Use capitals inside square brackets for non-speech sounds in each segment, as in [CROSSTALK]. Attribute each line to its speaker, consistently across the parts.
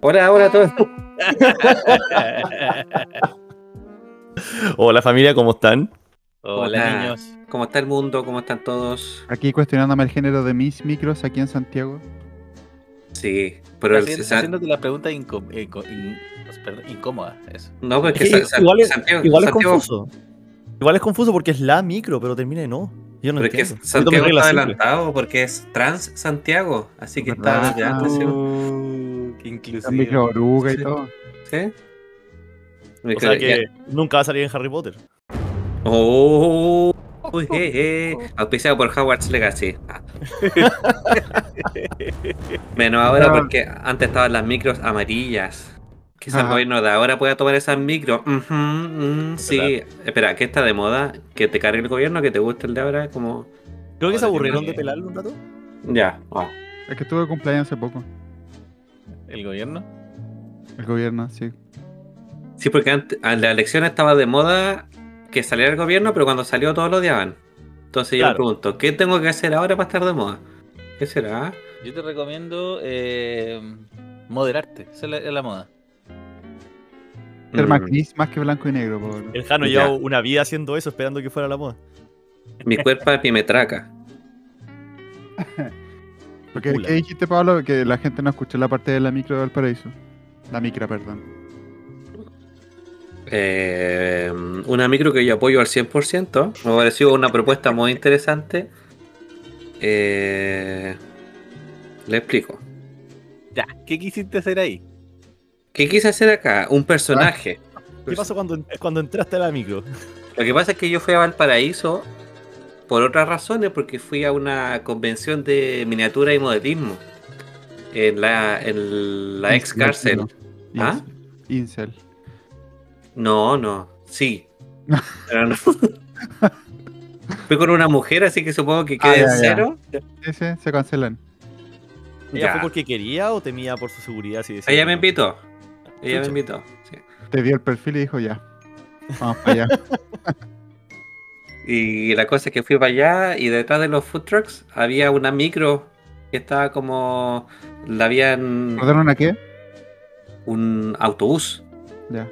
Speaker 1: Hola, ahora todo.
Speaker 2: Hola familia, ¿cómo están?
Speaker 1: Hola.
Speaker 3: Hola, niños.
Speaker 1: ¿Cómo está el mundo? ¿Cómo están todos?
Speaker 4: Aquí cuestionándome el género de mis micros aquí en Santiago.
Speaker 1: Sí, pero el
Speaker 3: Haciendo-
Speaker 1: César-
Speaker 3: Haciéndote la pregunta inco- inco- in- pues, perdón, incómoda. Eso.
Speaker 1: No, porque
Speaker 2: Es que igual es-
Speaker 1: Santiago,
Speaker 2: Igual es
Speaker 1: Santiago-
Speaker 2: confuso. Igual es confuso porque es la micro, pero termina en no. Yo no
Speaker 1: pero es que
Speaker 2: entiendo. Yo tengo
Speaker 1: Santiago
Speaker 2: reglas
Speaker 1: está
Speaker 2: simples.
Speaker 1: adelantado porque es trans Santiago, así
Speaker 2: Ah,
Speaker 1: que está
Speaker 4: ¿Verdad?
Speaker 1: desde antes. ¿sí?
Speaker 3: qué
Speaker 4: La micro
Speaker 3: inclusivo.
Speaker 4: oruga
Speaker 1: Sí.
Speaker 4: y todo.
Speaker 1: ¿Sí?
Speaker 2: O sea que nunca va a salir en Harry Potter.
Speaker 1: Oh, uy, eh, eh. Auspiciado por Howard's Legacy. Ah. Menos ahora
Speaker 4: No.
Speaker 1: porque antes estaban las micros amarillas. Quizás el
Speaker 4: Ajá.
Speaker 1: gobierno de ahora pueda tomar esas micros. Ujú, mm,
Speaker 2: Es
Speaker 1: sí, espera, ¿qué está de moda? ¿Que te cargue el gobierno? ¿Que te guste el de ahora? Como.
Speaker 2: Creo que se
Speaker 1: Ahora
Speaker 2: aburrieron
Speaker 1: tiene-
Speaker 2: de pelarlo un rato.
Speaker 1: Ya, oh.
Speaker 4: Es que estuve de cumpleaños hace poco.
Speaker 3: ¿El gobierno?
Speaker 4: El gobierno, sí.
Speaker 1: Mm. Sí, porque antes, a la elección estaba de moda que saliera el gobierno, pero cuando salió todos lo odiaban. Entonces yo me
Speaker 2: Claro.
Speaker 1: pregunto, ¿qué tengo que hacer ahora para estar de moda? ¿Qué será?
Speaker 3: Yo te recomiendo eh, moderarte. Esa es la, es la moda.
Speaker 4: Ser
Speaker 1: Mm.
Speaker 4: más gris, más que blanco y negro, Pablo.
Speaker 2: El Jano
Speaker 1: Ya.
Speaker 2: lleva una vida haciendo eso, esperando que fuera la moda.
Speaker 1: Mi cuerpo es pimetraca.
Speaker 4: Porque,
Speaker 2: Pula.
Speaker 4: ¿Qué dijiste, Pablo? Que la gente no escuchó la parte de la micro del paraíso. La micra, perdón.
Speaker 1: Eh, una micro que yo apoyo al 100%. Me pareció una propuesta muy interesante. Eh, le explico.
Speaker 3: Ya, ¿qué quisiste hacer ahí?
Speaker 1: ¿Qué quise hacer acá? Un personaje.
Speaker 2: ¿Qué pasó cuando, cuando entraste a la micro?
Speaker 1: Lo que pasa es que yo fui a Valparaíso por otras razones, porque fui a una convención de miniatura y modelismo en la, en la ex
Speaker 4: Incel,
Speaker 1: cárcel.
Speaker 4: no.
Speaker 1: ¿Ah?
Speaker 4: Incel.
Speaker 1: No, no, sí. Pero [LAUGHS] no. Fui con una mujer, así que supongo que quede
Speaker 4: Ah, ya,
Speaker 1: en
Speaker 4: ya.
Speaker 1: cero.
Speaker 4: Ese se cancelan.
Speaker 2: ¿Ella
Speaker 1: Ya.
Speaker 2: fue porque quería o temía por su seguridad? Si decía
Speaker 1: Ella me
Speaker 2: no?
Speaker 1: invitó. Ella me
Speaker 2: Chucha.
Speaker 1: invitó. sí.
Speaker 4: Te dio el perfil y dijo ya. Vamos para allá.
Speaker 1: [LAUGHS] Y la cosa es que fui para allá y detrás de los food trucks había una micro que estaba como. La habían.
Speaker 4: ¿Ordenaron a qué?
Speaker 1: Un autobús.
Speaker 4: Ya.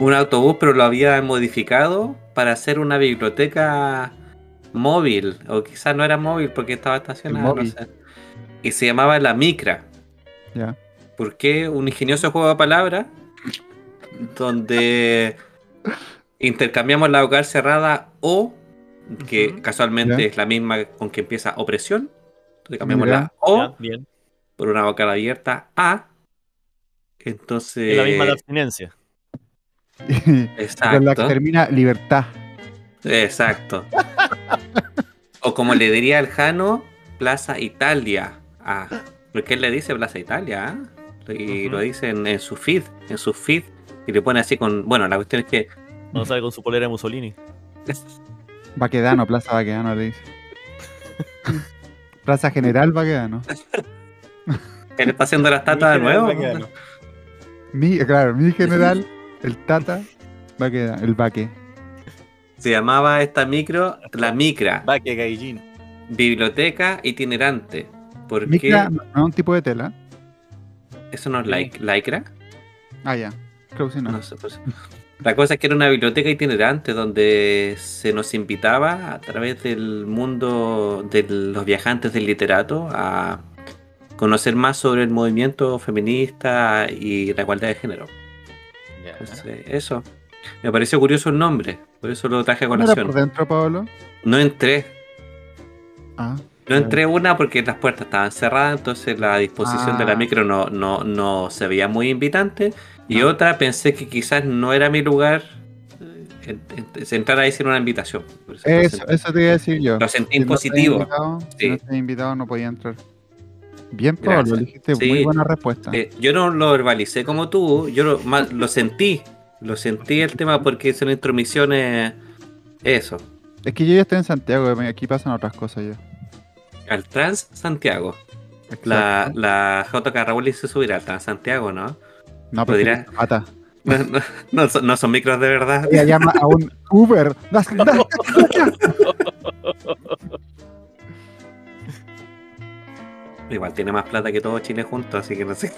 Speaker 1: Un autobús, pero lo habían modificado para hacer una biblioteca móvil. O quizás no era móvil porque estaba estacionada, no
Speaker 4: móvil.
Speaker 1: sé. Y se llamaba La Micra.
Speaker 4: Ya. [LAUGHS]
Speaker 1: porque un ingenioso juego de palabras donde intercambiamos la vocal cerrada O, que
Speaker 2: Ujú.
Speaker 1: casualmente
Speaker 4: Ya.
Speaker 1: es la misma con que empieza opresión. Entonces cambiamos
Speaker 4: Ya.
Speaker 1: la O
Speaker 2: Ya, bien.
Speaker 1: por una vocal abierta A. Entonces.
Speaker 2: Es la
Speaker 1: eh,
Speaker 2: misma de abstinencia.
Speaker 4: Con la que
Speaker 1: Exacto.
Speaker 4: termina libertad.
Speaker 1: Exacto. o como le diría al Jano, Plaza Italia A. Porque él le dice Plaza Italia ah? Y
Speaker 2: Ujú.
Speaker 1: lo dice en, en su feed, en su feed. Y le pone así con. Bueno, la cuestión es que [LAUGHS]
Speaker 2: No sale con su polera de Mussolini.
Speaker 4: Baquedano, Plaza Baquedano
Speaker 1: [LAUGHS]
Speaker 4: le dice. Plaza General Baquedano.
Speaker 1: él está haciendo la estatua de nuevo.
Speaker 4: Mi, claro, mi general, el Tata, Baquedano, el Baque.
Speaker 1: Se llamaba esta micro la micra,
Speaker 3: Va que gallín.
Speaker 1: biblioteca itinerante. Porque
Speaker 4: Micra no es un tipo de tela.
Speaker 1: eso no es la, laicra.
Speaker 4: Ah, ya. Creo que sí,
Speaker 1: [LAUGHS]
Speaker 4: no.
Speaker 1: No sé, pues. La cosa es que era una biblioteca itinerante donde se nos invitaba a través del mundo de los viajantes del literato a conocer más sobre el movimiento feminista y la igualdad de género.
Speaker 3: Ya.
Speaker 1: Entonces, eso. Me pareció curioso el nombre, por eso lo traje a
Speaker 4: ¿No era por
Speaker 1: colación.
Speaker 4: dentro, Pablo?
Speaker 1: No entré,
Speaker 4: Ah,
Speaker 1: no entré una porque las puertas estaban cerradas, entonces la disposición de la
Speaker 4: Ah.
Speaker 1: micro no, no, no se veía muy invitante. Y
Speaker 4: No.
Speaker 1: otra pensé que quizás no era mi lugar eh, en- en- entrar ahí sin una invitación. Por eso lo
Speaker 4: eso,
Speaker 1: sentí-
Speaker 4: eso te iba a decir yo.
Speaker 1: Lo sentí
Speaker 4: Si no te había
Speaker 1: positivo.
Speaker 4: invitado,
Speaker 1: Sí.
Speaker 4: Si no estás invitado, no podía entrar. Bien,
Speaker 1: Gracias.
Speaker 4: Pablo, dijiste
Speaker 1: Sí.
Speaker 4: muy buena respuesta.
Speaker 1: Eh, yo no lo verbalicé como tú, yo lo, más, lo sentí. Lo sentí el tema porque son intromisiones. Eso.
Speaker 4: Es que yo ya estoy en Santiago, y aquí pasan otras cosas ya.
Speaker 1: Al Trans Santiago. La,
Speaker 4: Exacto.
Speaker 1: la JK Rowling se subirá al Trans Santiago, ¿no? [LAUGHS]
Speaker 4: no, pero
Speaker 1: dirás-
Speaker 4: tiene pata.
Speaker 1: No, no- no son, no son micros de verdad.
Speaker 4: Ella llama a un Uber. [LAUGHS] ¡Das- das-
Speaker 1: Igual tiene más plata que todo Chile junto, así que no sé.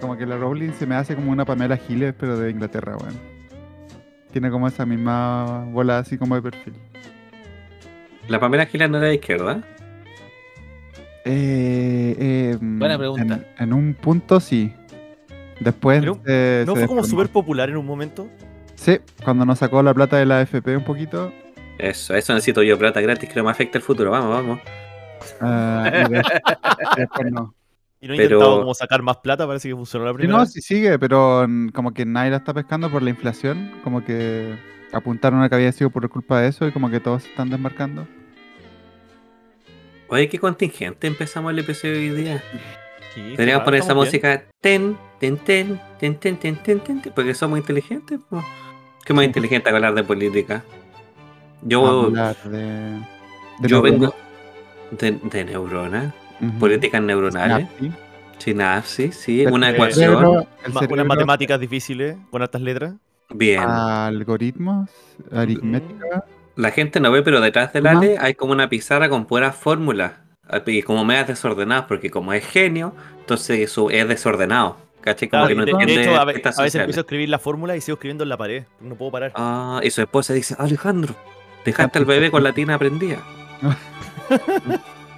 Speaker 4: Como que la Rowling se me hace como una Pamela Giles, pero de Inglaterra, weón. Tiene como esa misma bola así como de perfil.
Speaker 1: La Pamela Giles no era de izquierda.
Speaker 4: Eh, eh, mm,
Speaker 3: Buena pregunta.
Speaker 4: En, en un punto sí. Después.
Speaker 2: Pero,
Speaker 4: eh,
Speaker 2: ¿No
Speaker 4: se
Speaker 2: fue como
Speaker 4: desplomó.
Speaker 2: súper popular en un momento?
Speaker 4: Sí, cuando nos sacó la plata de la AFP un poquito.
Speaker 1: Eso, eso necesito yo, plata gratis, que no me afecta el futuro. Vamos, vamos.
Speaker 4: ah,
Speaker 2: [LAUGHS]
Speaker 4: y de- después no.
Speaker 2: Y no he
Speaker 1: Pero-
Speaker 2: intentado como sacar más plata, parece que funcionó la
Speaker 4: Sí,
Speaker 2: primera.
Speaker 4: no,
Speaker 2: vez.
Speaker 4: sí sigue, pero mm, como que nadie la está pescando por la inflación. Como que apuntaron a que había sido por culpa de eso y como que todos se están desmarcando.
Speaker 1: Oye, qué contingente empezamos el episodio hoy día.
Speaker 2: Sí,
Speaker 1: Deberíamos
Speaker 2: claro,
Speaker 1: poner esa
Speaker 2: ah, estamos bien.
Speaker 1: música ten, ten, ten, ten, ten, ten, ten, ten, ten, porque somos inteligentes. po. ¿Qué más inteligente que hablar de política? Yo,
Speaker 4: Hablar de- de
Speaker 1: yo
Speaker 4: neuronas.
Speaker 1: vengo de, de neuronas,
Speaker 4: Ujú.
Speaker 1: políticas neuronales,
Speaker 4: Sí.
Speaker 1: sinapsis, sí,
Speaker 4: El
Speaker 1: una
Speaker 2: eh,
Speaker 1: ¿eh? ecuación.
Speaker 4: cerebro- el
Speaker 2: Ma-
Speaker 4: cerebro,
Speaker 2: unas matemáticas difíciles, con altas letras. Mm.
Speaker 1: Bien.
Speaker 4: Ah, Algoritmos, aritmética.
Speaker 1: La gente no ve, pero detrás del
Speaker 4: Ajá.
Speaker 1: Ale hay como una pizarra con puras fórmulas. ah, Y como medias desordenadas, porque como es genio, entonces su, es desordenado. ¿Cachai? Como
Speaker 2: Claro,
Speaker 1: que no
Speaker 2: de, de
Speaker 1: entiende
Speaker 2: hecho, a, ve-
Speaker 1: estas
Speaker 2: a veces
Speaker 1: sociales.
Speaker 2: empiezo a escribir la fórmula y sigo escribiendo en la pared. No puedo parar.
Speaker 1: Ah, y su esposa dice, Alejandro, dejaste al bebé con la tina prendida.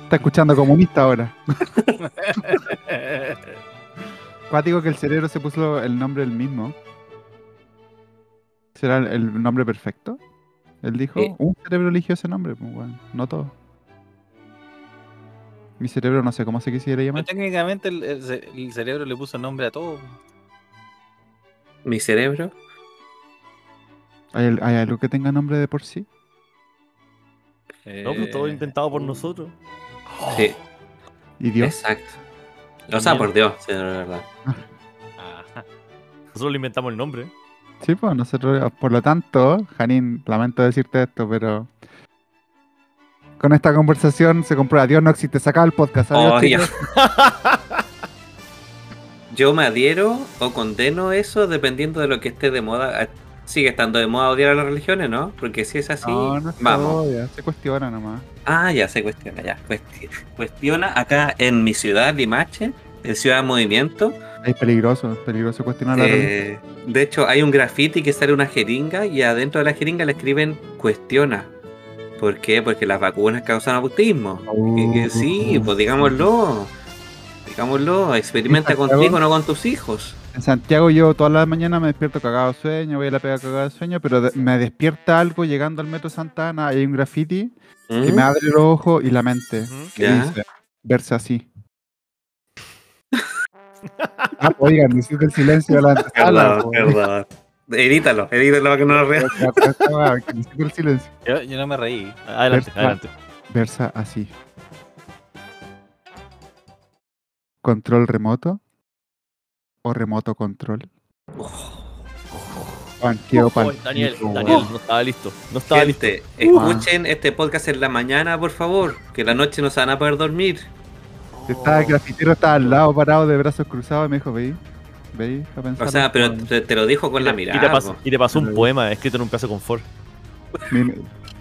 Speaker 4: Está escuchando comunista ahora. Cuático que el cerebro se puso el nombre el mismo. ¿Será el, el nombre perfecto? Él dijo,
Speaker 1: Sí.
Speaker 4: un cerebro eligió ese nombre, pues bueno, no todo. Mi cerebro no sé cómo se quisiera
Speaker 3: Pero
Speaker 4: llamar.
Speaker 3: técnicamente el, el ce- el cerebro le puso nombre a todo.
Speaker 1: Mi cerebro.
Speaker 4: ¿Hay, al- hay algo que tenga nombre de por sí?
Speaker 2: No, pues, todo
Speaker 3: Eh,
Speaker 2: inventado por nosotros.
Speaker 1: Sí,
Speaker 4: ¿Y Oh, Dios?
Speaker 1: exacto. O sea, por Dios, sí, de verdad.
Speaker 3: Ajá.
Speaker 2: Nosotros le inventamos el nombre.
Speaker 4: Sí, pues nosotros, por lo tanto, Janín, lamento decirte esto, pero con esta conversación se comprueba, Dios no existe, saca el podcast. adiós,
Speaker 1: Oh, ya.
Speaker 4: chicos.
Speaker 1: [LAUGHS] Yo me adhiero o condeno eso dependiendo de lo que esté de moda. Ah, Sigue estando de moda odiar a las religiones, ¿no? Porque si es así,
Speaker 4: no, no se
Speaker 1: vamos.
Speaker 4: odia, se cuestiona nomás.
Speaker 1: Ah, ya se cuestiona, ya. Cuesti- Cuestiona acá en mi ciudad, Limache, en Ciudad Movimiento.
Speaker 4: Es peligroso, es peligroso cuestionar la religión.
Speaker 1: Eh, de hecho, hay un graffiti que sale una jeringa y adentro de la jeringa le escriben cuestiona. ¿Por qué? Porque las vacunas causan autismo. Y- y- sí,
Speaker 4: Oh.
Speaker 1: pues digámoslo. Digámoslo, experimenta
Speaker 4: ¿Y Santiago?
Speaker 1: contigo, no con tus hijos.
Speaker 4: En Santiago yo todas las mañanas me despierto cagado de sueño, voy a la pega cagado de sueño, pero de- me despierta algo llegando al metro Santa Ana, hay un graffiti que
Speaker 1: ¿Mm?
Speaker 4: me abre los ojos y la mente.
Speaker 2: Ujú.
Speaker 4: Que
Speaker 1: ¿Ya?
Speaker 4: dice, verse así. ah, oigan, necesito el silencio de
Speaker 1: [LAUGHS]
Speaker 4: la antesala.
Speaker 1: Perdón,
Speaker 4: po.
Speaker 1: perdón. [LAUGHS] Edítalo, edítalo para que no lo veas.
Speaker 4: Necesito el silencio.
Speaker 3: Yo, yo no me reí.
Speaker 2: Adelante,
Speaker 4: Perfecto.
Speaker 2: adelante.
Speaker 4: Versa así. Control remoto o remoto control.
Speaker 1: Oh.
Speaker 4: Juan, quedo
Speaker 2: Ojo,
Speaker 4: palpico,
Speaker 2: Daniel,
Speaker 4: weón.
Speaker 2: Daniel, no estaba listo. No estaba listo.
Speaker 1: Gente, escuchen este podcast en la mañana, por favor, que la noche no se van a poder dormir.
Speaker 4: Estaba el grafitero, estaba al lado parado de brazos cruzados y me dijo, veí, veí, a pensar.
Speaker 1: O sea, pero te, te lo dijo con la
Speaker 2: Y te,
Speaker 1: mirada.
Speaker 2: pasó,
Speaker 1: po.
Speaker 2: y te pasó un
Speaker 4: Claro.
Speaker 2: poema escrito en un pedazo de confort.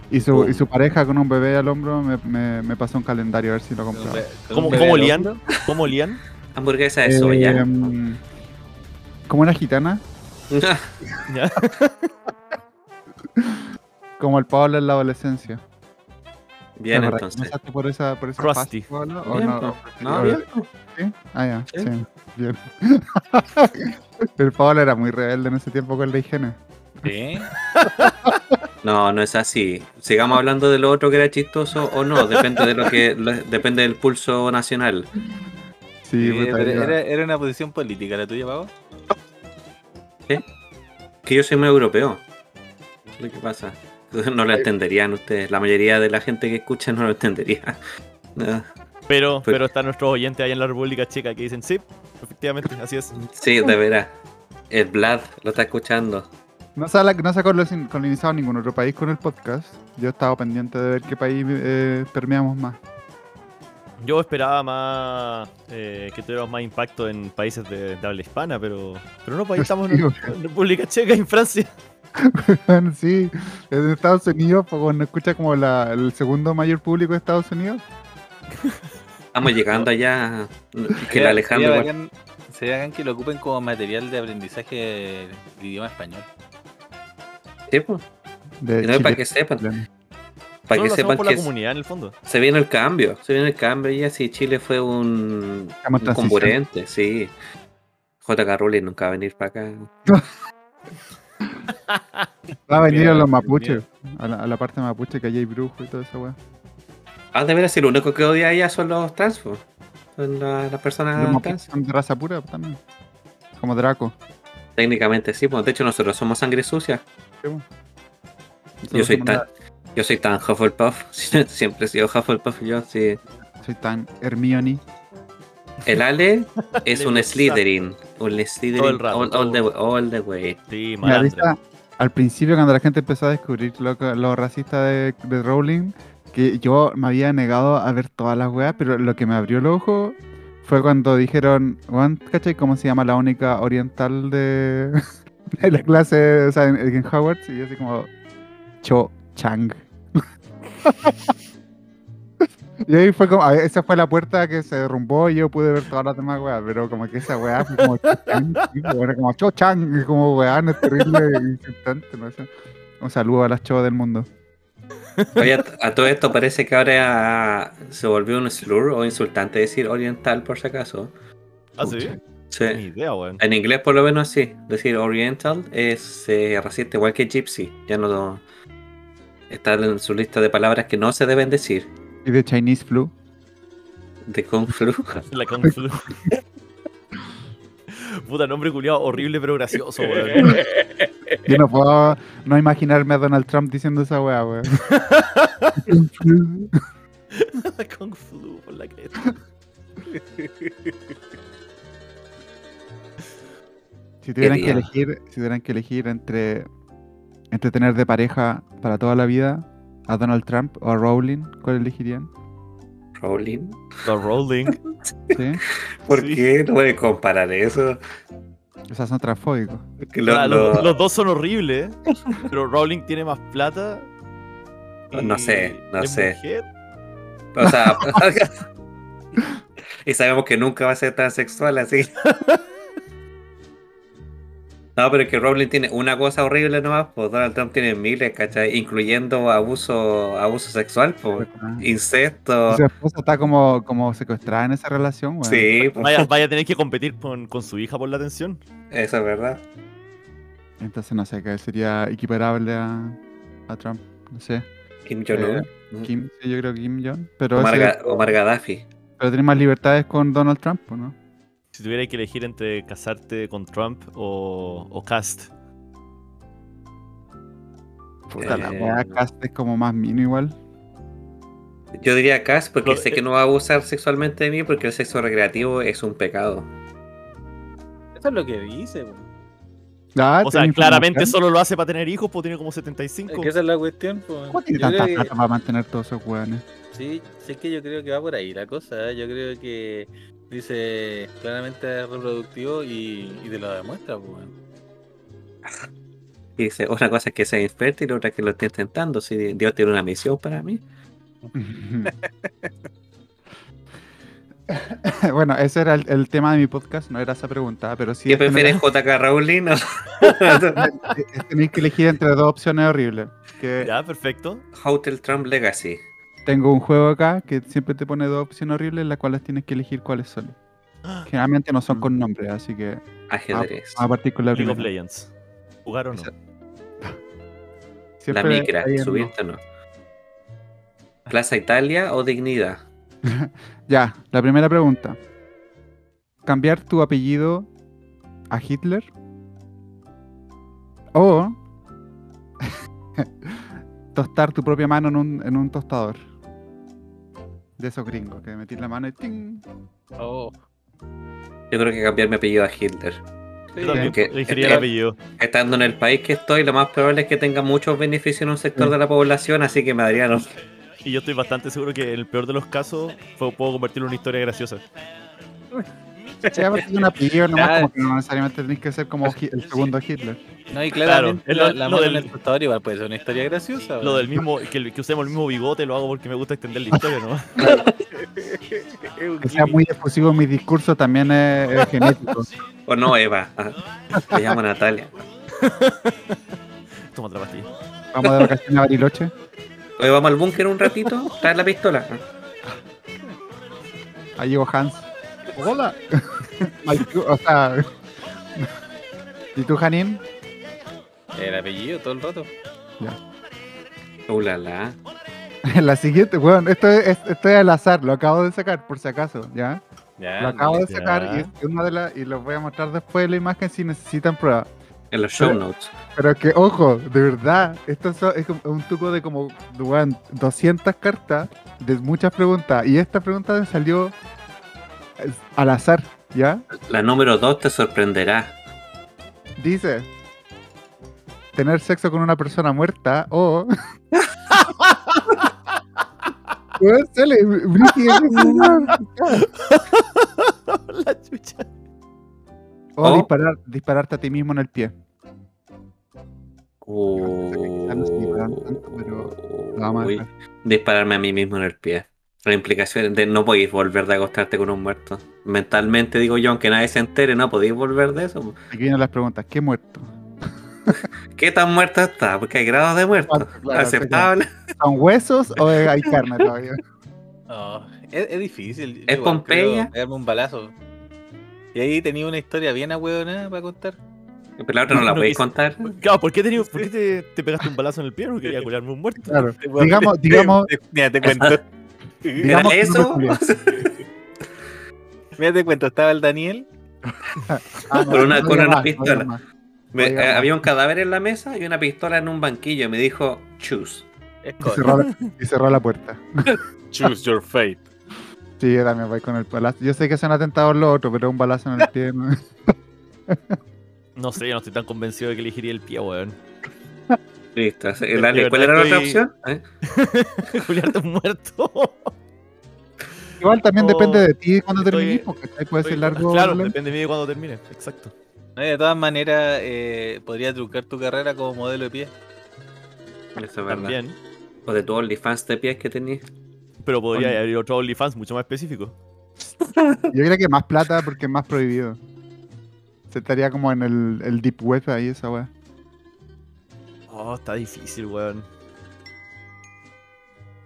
Speaker 4: Y su, y su pareja con un bebé al hombro me, me, me pasó un calendario a ver si lo compraba.
Speaker 2: ¿Cómo,
Speaker 3: Con un
Speaker 2: cómo
Speaker 3: bebé
Speaker 2: olían?
Speaker 3: al hombro.
Speaker 2: ¿Cómo olían? [LAUGHS]
Speaker 1: Hamburguesa de soya. [LAUGHS]
Speaker 4: Eh, mm, como una gitana,
Speaker 2: Ya.
Speaker 4: como el Pablo en la adolescencia.
Speaker 1: Bien,
Speaker 4: ¿Te acordás?
Speaker 1: entonces.
Speaker 4: ¿Pasaste por esa, por esa
Speaker 2: Krusty.
Speaker 4: fase, Pablo? ¿O
Speaker 1: Bien,
Speaker 4: no?
Speaker 1: po.
Speaker 4: ¿O-
Speaker 1: No,
Speaker 4: o-
Speaker 1: bien,
Speaker 4: ¿Sí? Ah, ya,
Speaker 1: Sí.
Speaker 4: sí. Bien. [LAUGHS] el Pablo era muy rebelde en ese tiempo con la higiene.
Speaker 2: [LAUGHS]
Speaker 3: Sí.
Speaker 1: No, no es así. Sigamos hablando de lo otro que era chistoso o no, depende de lo que lo- depende del pulso nacional.
Speaker 4: Sí,
Speaker 3: Sí,
Speaker 4: puta,
Speaker 3: pero
Speaker 4: iba-
Speaker 3: era, era una posición política la tuya, Pavo.
Speaker 1: Que yo soy más europeo. Es Lo que pasa. No lo entenderían ustedes. La mayoría de la gente que escucha no lo entendería. [LAUGHS] No.
Speaker 2: Pero,
Speaker 1: Pues-
Speaker 2: pero están nuestros oyentes allá en la República Checa que dicen, sí, efectivamente, así es.
Speaker 1: Sí, de veras. El Vlad lo está escuchando.
Speaker 4: No se, ha- no se ha colonizado colonizado ningún otro país con el podcast. Yo estaba pendiente de ver qué país eh, permeamos más.
Speaker 2: Yo esperaba más eh, que tuviera más impacto en países de, de habla hispana, pero, pero no, pues ahí estamos en,
Speaker 4: Sí,
Speaker 2: en República Checa y en Francia.
Speaker 4: weón, sí, en Estados Unidos, pues, cuando escucha como la- el segundo mayor público de Estados Unidos,
Speaker 1: Estamos llegando allá. Que el
Speaker 3: Era-
Speaker 1: Alejandro.
Speaker 3: era
Speaker 1: igual.
Speaker 3: bacán- Se hagan que lo ocupen como material de aprendizaje del idioma español.
Speaker 1: Sí, pues.
Speaker 4: de
Speaker 1: Y no es para
Speaker 4: Chile.
Speaker 1: que sepan, [LAUGHS]
Speaker 4: Chile.
Speaker 1: para
Speaker 2: Eh, Solo
Speaker 1: que
Speaker 2: lo hacemos
Speaker 1: sepan
Speaker 2: por la
Speaker 1: que
Speaker 2: comunidad en el fondo.
Speaker 1: se viene el cambio, se viene el cambio y así Chile fue un,
Speaker 4: Llama
Speaker 1: un
Speaker 4: transición.
Speaker 1: componente, sí. JK Rowling nunca va a venir para acá.
Speaker 4: Va a venir a los
Speaker 2: Mira,
Speaker 4: mapuches, a la, a la parte mapuche que allá hay brujos y toda esa weá.
Speaker 1: Ah, de veras, si lo único que odia a ella son los trans, po. son la- las personas
Speaker 4: Los mapuches
Speaker 1: trans.
Speaker 4: son de raza pura también. Como Draco.
Speaker 1: Técnicamente sí, pues de hecho nosotros somos sangre sucia. Yo
Speaker 4: Nosotros
Speaker 1: soy
Speaker 4: somos
Speaker 1: tan, yo soy tan Hufflepuff, [LAUGHS] siempre he sido Hufflepuff yo, sí.
Speaker 4: la- Soy tan Hermione.
Speaker 1: El Ale es
Speaker 2: Le
Speaker 1: un
Speaker 2: gusta.
Speaker 1: Slytherin, un
Speaker 2: Todo el
Speaker 1: Slytherin
Speaker 2: rato,
Speaker 1: all, all
Speaker 2: todo.
Speaker 1: the way, all the way.
Speaker 2: Sí,
Speaker 4: Mira,
Speaker 2: malandra.
Speaker 4: viste, al principio, cuando la gente empezó a descubrir lo, lo racista de, de Rowling, que yo me había negado a ver todas las weas, pero lo que me abrió el ojo fue cuando dijeron, weón, ¿cachai? ¿Cómo se llama la única oriental de, [LAUGHS] de la clase, o sea, en, en Howard? Y yo así como, Cho Chang. Y ahí fue como, a ver, esa fue la puerta que se derrumbó y yo pude ver todas las demás weas, pero como que esa wea fue como chochang, sí, como era como chochang, y como weón, es terrible e insultante, no sé. Un saludo a las chavas del mundo.
Speaker 1: Oye, a, a todo esto parece que ahora se volvió un slur o insultante decir oriental por si acaso.
Speaker 2: Ah, sí. Ni
Speaker 1: Sí. Eh.
Speaker 2: idea, weón.
Speaker 1: En inglés por lo menos sí, decir oriental es eh, racista igual que gypsy, ya no está en su lista de palabras que no se deben decir.
Speaker 4: Y de Chinese Flu.
Speaker 1: De Kung Flu.
Speaker 2: La conflu. [LAUGHS] Puta, nombre culiado horrible pero gracioso, weón.
Speaker 1: [LAUGHS]
Speaker 2: Eh,
Speaker 4: Yo no puedo no imaginarme a Donald Trump diciendo esa wea,
Speaker 2: [LAUGHS]
Speaker 4: weón.
Speaker 2: Kung Flu por la cresta.
Speaker 4: Si tuvieran que
Speaker 1: día.
Speaker 4: elegir, si tuvieran que elegir entre, entre tener de pareja para toda la vida a Donald Trump o a Rowling, ¿cuál elegirían?
Speaker 1: [LAUGHS] Rowling.
Speaker 2: The Rolling.
Speaker 4: ¿Sí?
Speaker 1: ¿Por
Speaker 2: Sí.
Speaker 1: qué no pueden comparar eso?
Speaker 4: O sea, son transfóbicos.
Speaker 1: Que lo-
Speaker 2: Ah,
Speaker 1: lo-
Speaker 2: los, los dos son horribles, ¿eh? pero Rowling tiene más plata.
Speaker 1: No sé,
Speaker 2: y
Speaker 1: no
Speaker 2: es
Speaker 1: sé.
Speaker 2: mujer.
Speaker 1: O sea. [LAUGHS] y sabemos que nunca va a ser tan sexual así. [LAUGHS] No, pero es que Rowling tiene una cosa horrible nomás, pues Donald Trump tiene miles, ¿cachai? Incluyendo abuso, abuso sexual, pues,
Speaker 4: Y
Speaker 1: insectos.
Speaker 4: Su esposa está como, como secuestrada en esa relación, weón.
Speaker 1: Sí, pues,
Speaker 2: Vaya, vaya a tener que competir con, con su hija por la atención.
Speaker 1: eso es verdad.
Speaker 4: Entonces no sé, que sería equiparable a, a Trump. No sé.
Speaker 1: Kim Jong-un.
Speaker 4: Kim, sí, yo creo que Kim Jong. Pero,
Speaker 1: Omar,
Speaker 4: ese-
Speaker 1: Ga- Omar Gaddafi.
Speaker 4: pero tiene más libertades con Donald Trump, ¿o ¿no?
Speaker 2: Si tuviera que elegir entre casarte con Trump o, o Cast.
Speaker 4: Puta, la
Speaker 1: Eh,
Speaker 4: weá Cast es como más mino igual.
Speaker 1: Yo diría Cass porque
Speaker 2: Pero,
Speaker 1: sé
Speaker 2: eh,
Speaker 1: que no va a abusar sexualmente de mí porque el sexo recreativo es un pecado.
Speaker 3: Eso es lo que dice, weón.
Speaker 4: Ah,
Speaker 2: O sea,
Speaker 4: tiene
Speaker 2: claramente
Speaker 4: información.
Speaker 2: solo lo hace para tener hijos, porque tiene como
Speaker 3: Es
Speaker 2: 75.
Speaker 3: que esa es la cuestión, po, weón.
Speaker 4: ¿Cómo tiene
Speaker 3: Yo creo
Speaker 4: tanta
Speaker 3: que-
Speaker 4: plata para mantener todos esos
Speaker 1: [LAUGHS]
Speaker 4: weones?
Speaker 3: Sí, sí es que yo creo que va por ahí la cosa. ¿eh? Yo creo que dice claramente es reproductivo y, y te lo demuestra, pues. weón.
Speaker 1: Y dice, [LAUGHS] una cosa es que sea infértil, otra que lo esté intentando. Si Dios tiene una misión para mí.
Speaker 4: bueno, ese era el, el tema de mi podcast, no era esa pregunta, pero sí
Speaker 1: ¿Qué
Speaker 4: es
Speaker 1: prefieres,
Speaker 4: tener-
Speaker 1: JK Rowling? o [LAUGHS]
Speaker 4: es tener que elegir entre dos opciones horribles. Que
Speaker 2: Ya, perfecto.
Speaker 1: Hotel Trump Legacy.
Speaker 4: Tengo un juego acá que siempre te pone dos opciones horribles, las cuales tienes que elegir cuáles son. Generalmente no son con nombre, así que
Speaker 1: Ajedrez.
Speaker 4: vamos a partir con la
Speaker 2: League of
Speaker 4: primera.
Speaker 2: Legends. ¿Jugar o no?
Speaker 1: la
Speaker 4: Siempre
Speaker 1: micra,
Speaker 4: hay en-
Speaker 1: subirte o no. Plaza Italia o Dignidad.
Speaker 4: Ya, la primera pregunta. ¿Cambiar tu apellido a Hitler? ¿O [LAUGHS] tostar tu propia mano en un, en un tostador? De esos gringos, que metís la mano y ¡ting!
Speaker 3: Oh,
Speaker 1: Yo creo que cambiar mi apellido a Hitler.
Speaker 3: sí.
Speaker 2: Yo también
Speaker 1: que-
Speaker 2: elegiría
Speaker 1: que-
Speaker 2: el apellido.
Speaker 1: Estando en el país que estoy, lo más probable es que tenga muchos beneficios en un sector de la población, así que me daría los-
Speaker 2: Y yo estoy bastante seguro que en el peor de los casos fue- puedo convertirlo en una historia graciosa.
Speaker 4: Sí, aparte de un apellido nomás,
Speaker 3: Ya.
Speaker 4: como que no necesariamente tenés que ser como Hi- el segundo Hitler.
Speaker 3: No, y claramente
Speaker 2: es lo-
Speaker 3: la, la
Speaker 2: lo
Speaker 3: mano
Speaker 2: del-
Speaker 3: en el tostador igual puede ser una historia graciosa.
Speaker 2: Lo
Speaker 3: weón.
Speaker 2: del mismo, que, que usemos el mismo bigote lo hago porque me gusta extender la historia, ¿no? [LAUGHS]
Speaker 4: Que sea muy efusivo en mi discurso también es, es genético.
Speaker 1: O no, Eva. Ah, Te llamo Natalia.
Speaker 2: Toma otra pastilla.
Speaker 4: Vamos de vacaciones a Bariloche.
Speaker 1: Oye, vamos al búnker un ratito. Trae la pistola.
Speaker 4: Ahí llegó Hans. [LAUGHS] Hola. o sea. ¿Y tú, Janín?
Speaker 3: El apellido todo el rato.
Speaker 1: Uh, Ulala.
Speaker 4: [LAUGHS] La siguiente, weón, esto es, esto es al azar, lo acabo de sacar, por si acaso, ¿ya?
Speaker 3: Ya.
Speaker 4: Lo acabo de
Speaker 2: ya.
Speaker 4: sacar y, es una de las- y los voy a mostrar después la imagen si necesitan prueba.
Speaker 1: En los show notes.
Speaker 4: Pero que, ojo, de verdad, esto so- es como un tuco de como weón, 200 cartas de muchas preguntas. Y esta pregunta me salió eh, al azar, ¿ya?
Speaker 1: La número 2 te sorprenderá.
Speaker 4: Dice: Tener sexo con una persona muerta o. [LAUGHS] Weón, sale, brígido, ¿qué es eso?
Speaker 2: [LAUGHS] La chucha. ¿Oh?
Speaker 4: O
Speaker 1: O-
Speaker 4: disparar, dispararte a ti mismo en el pie. vamos a
Speaker 1: Uy, dispararme a mí mismo en el pie. La implicación de no podéis volver de acostarte con un muerto. Mentalmente digo yo, aunque nadie se entere, no podéis volver de eso.
Speaker 4: Aquí vienen las preguntas. ¿Qué muerto?
Speaker 1: ¿Qué tan muerta está? Porque hay grados de muerto. Aceptable.
Speaker 4: ¿Son huesos o hay [LAUGHS] carne todavía?
Speaker 3: No, Oh, es, es difícil.
Speaker 1: ¿Es
Speaker 3: Igual creo
Speaker 1: Pompeya?
Speaker 3: Pegarme un balazo. Y ahí tenía una historia bien ahueonada para contar.
Speaker 1: Pero la otra no la
Speaker 2: No
Speaker 1: podéis
Speaker 2: quise-
Speaker 1: contar.
Speaker 2: Claro, ¿por qué, he tenido- por qué te, te pegaste un balazo en el pie? No quería curarme un muerto.
Speaker 4: Claro. Digamos, digamos,
Speaker 3: Mira, te [LAUGHS] cuento.
Speaker 1: ¿Era
Speaker 4: digamos que no
Speaker 1: eso?
Speaker 4: me
Speaker 3: Mira, te cuento. Estaba el Daniel.
Speaker 4: Ah, no,
Speaker 1: Con una-
Speaker 4: no
Speaker 1: con
Speaker 4: diga
Speaker 1: una
Speaker 4: más, no diga
Speaker 1: pistola.
Speaker 4: más.
Speaker 1: [LAUGHS] Me-
Speaker 4: Oiga.
Speaker 1: eh, había un cadáver en la mesa y una pistola en un banquillo. Me dijo, choose.
Speaker 3: Es
Speaker 4: Y cerró, la, y cerró la puerta.
Speaker 3: Choose your fate.
Speaker 4: Sí, yo también voy con el balazo. Yo sé que son atentados los otros, pero un balazo en el pie. ¿no?
Speaker 2: No sé, yo no estoy tan convencido de que elegiría el pie, weón. [LAUGHS]
Speaker 1: Listo. Así-
Speaker 2: De-
Speaker 1: Dale,
Speaker 2: de
Speaker 1: ¿Cuál era
Speaker 2: verdad
Speaker 1: la otra
Speaker 2: estoy-
Speaker 1: opción? ¿Eh?
Speaker 2: Julián un muerto.
Speaker 4: [LAUGHS] Igual también
Speaker 2: Oh,
Speaker 4: depende de ti cuando
Speaker 2: estoy-
Speaker 4: termines, porque ahí puede ser
Speaker 2: Estoy-
Speaker 4: largo.
Speaker 2: [LAUGHS] Claro,
Speaker 4: largo.
Speaker 2: depende de mí de cuando termine. Exacto.
Speaker 3: No, y de todas maneras, eh, podría trucar tu carrera como modelo de pie.
Speaker 1: Eso es verdad.
Speaker 2: También.
Speaker 1: O de tu OnlyFans de pies que tenías.
Speaker 2: Pero podría
Speaker 4: Oye.
Speaker 2: abrir otro OnlyFans mucho más específico.
Speaker 4: Yo creo que más plata porque es más prohibido. Se estaría como en el, el deep web ahí esa weá.
Speaker 2: Oh, está difícil, weón.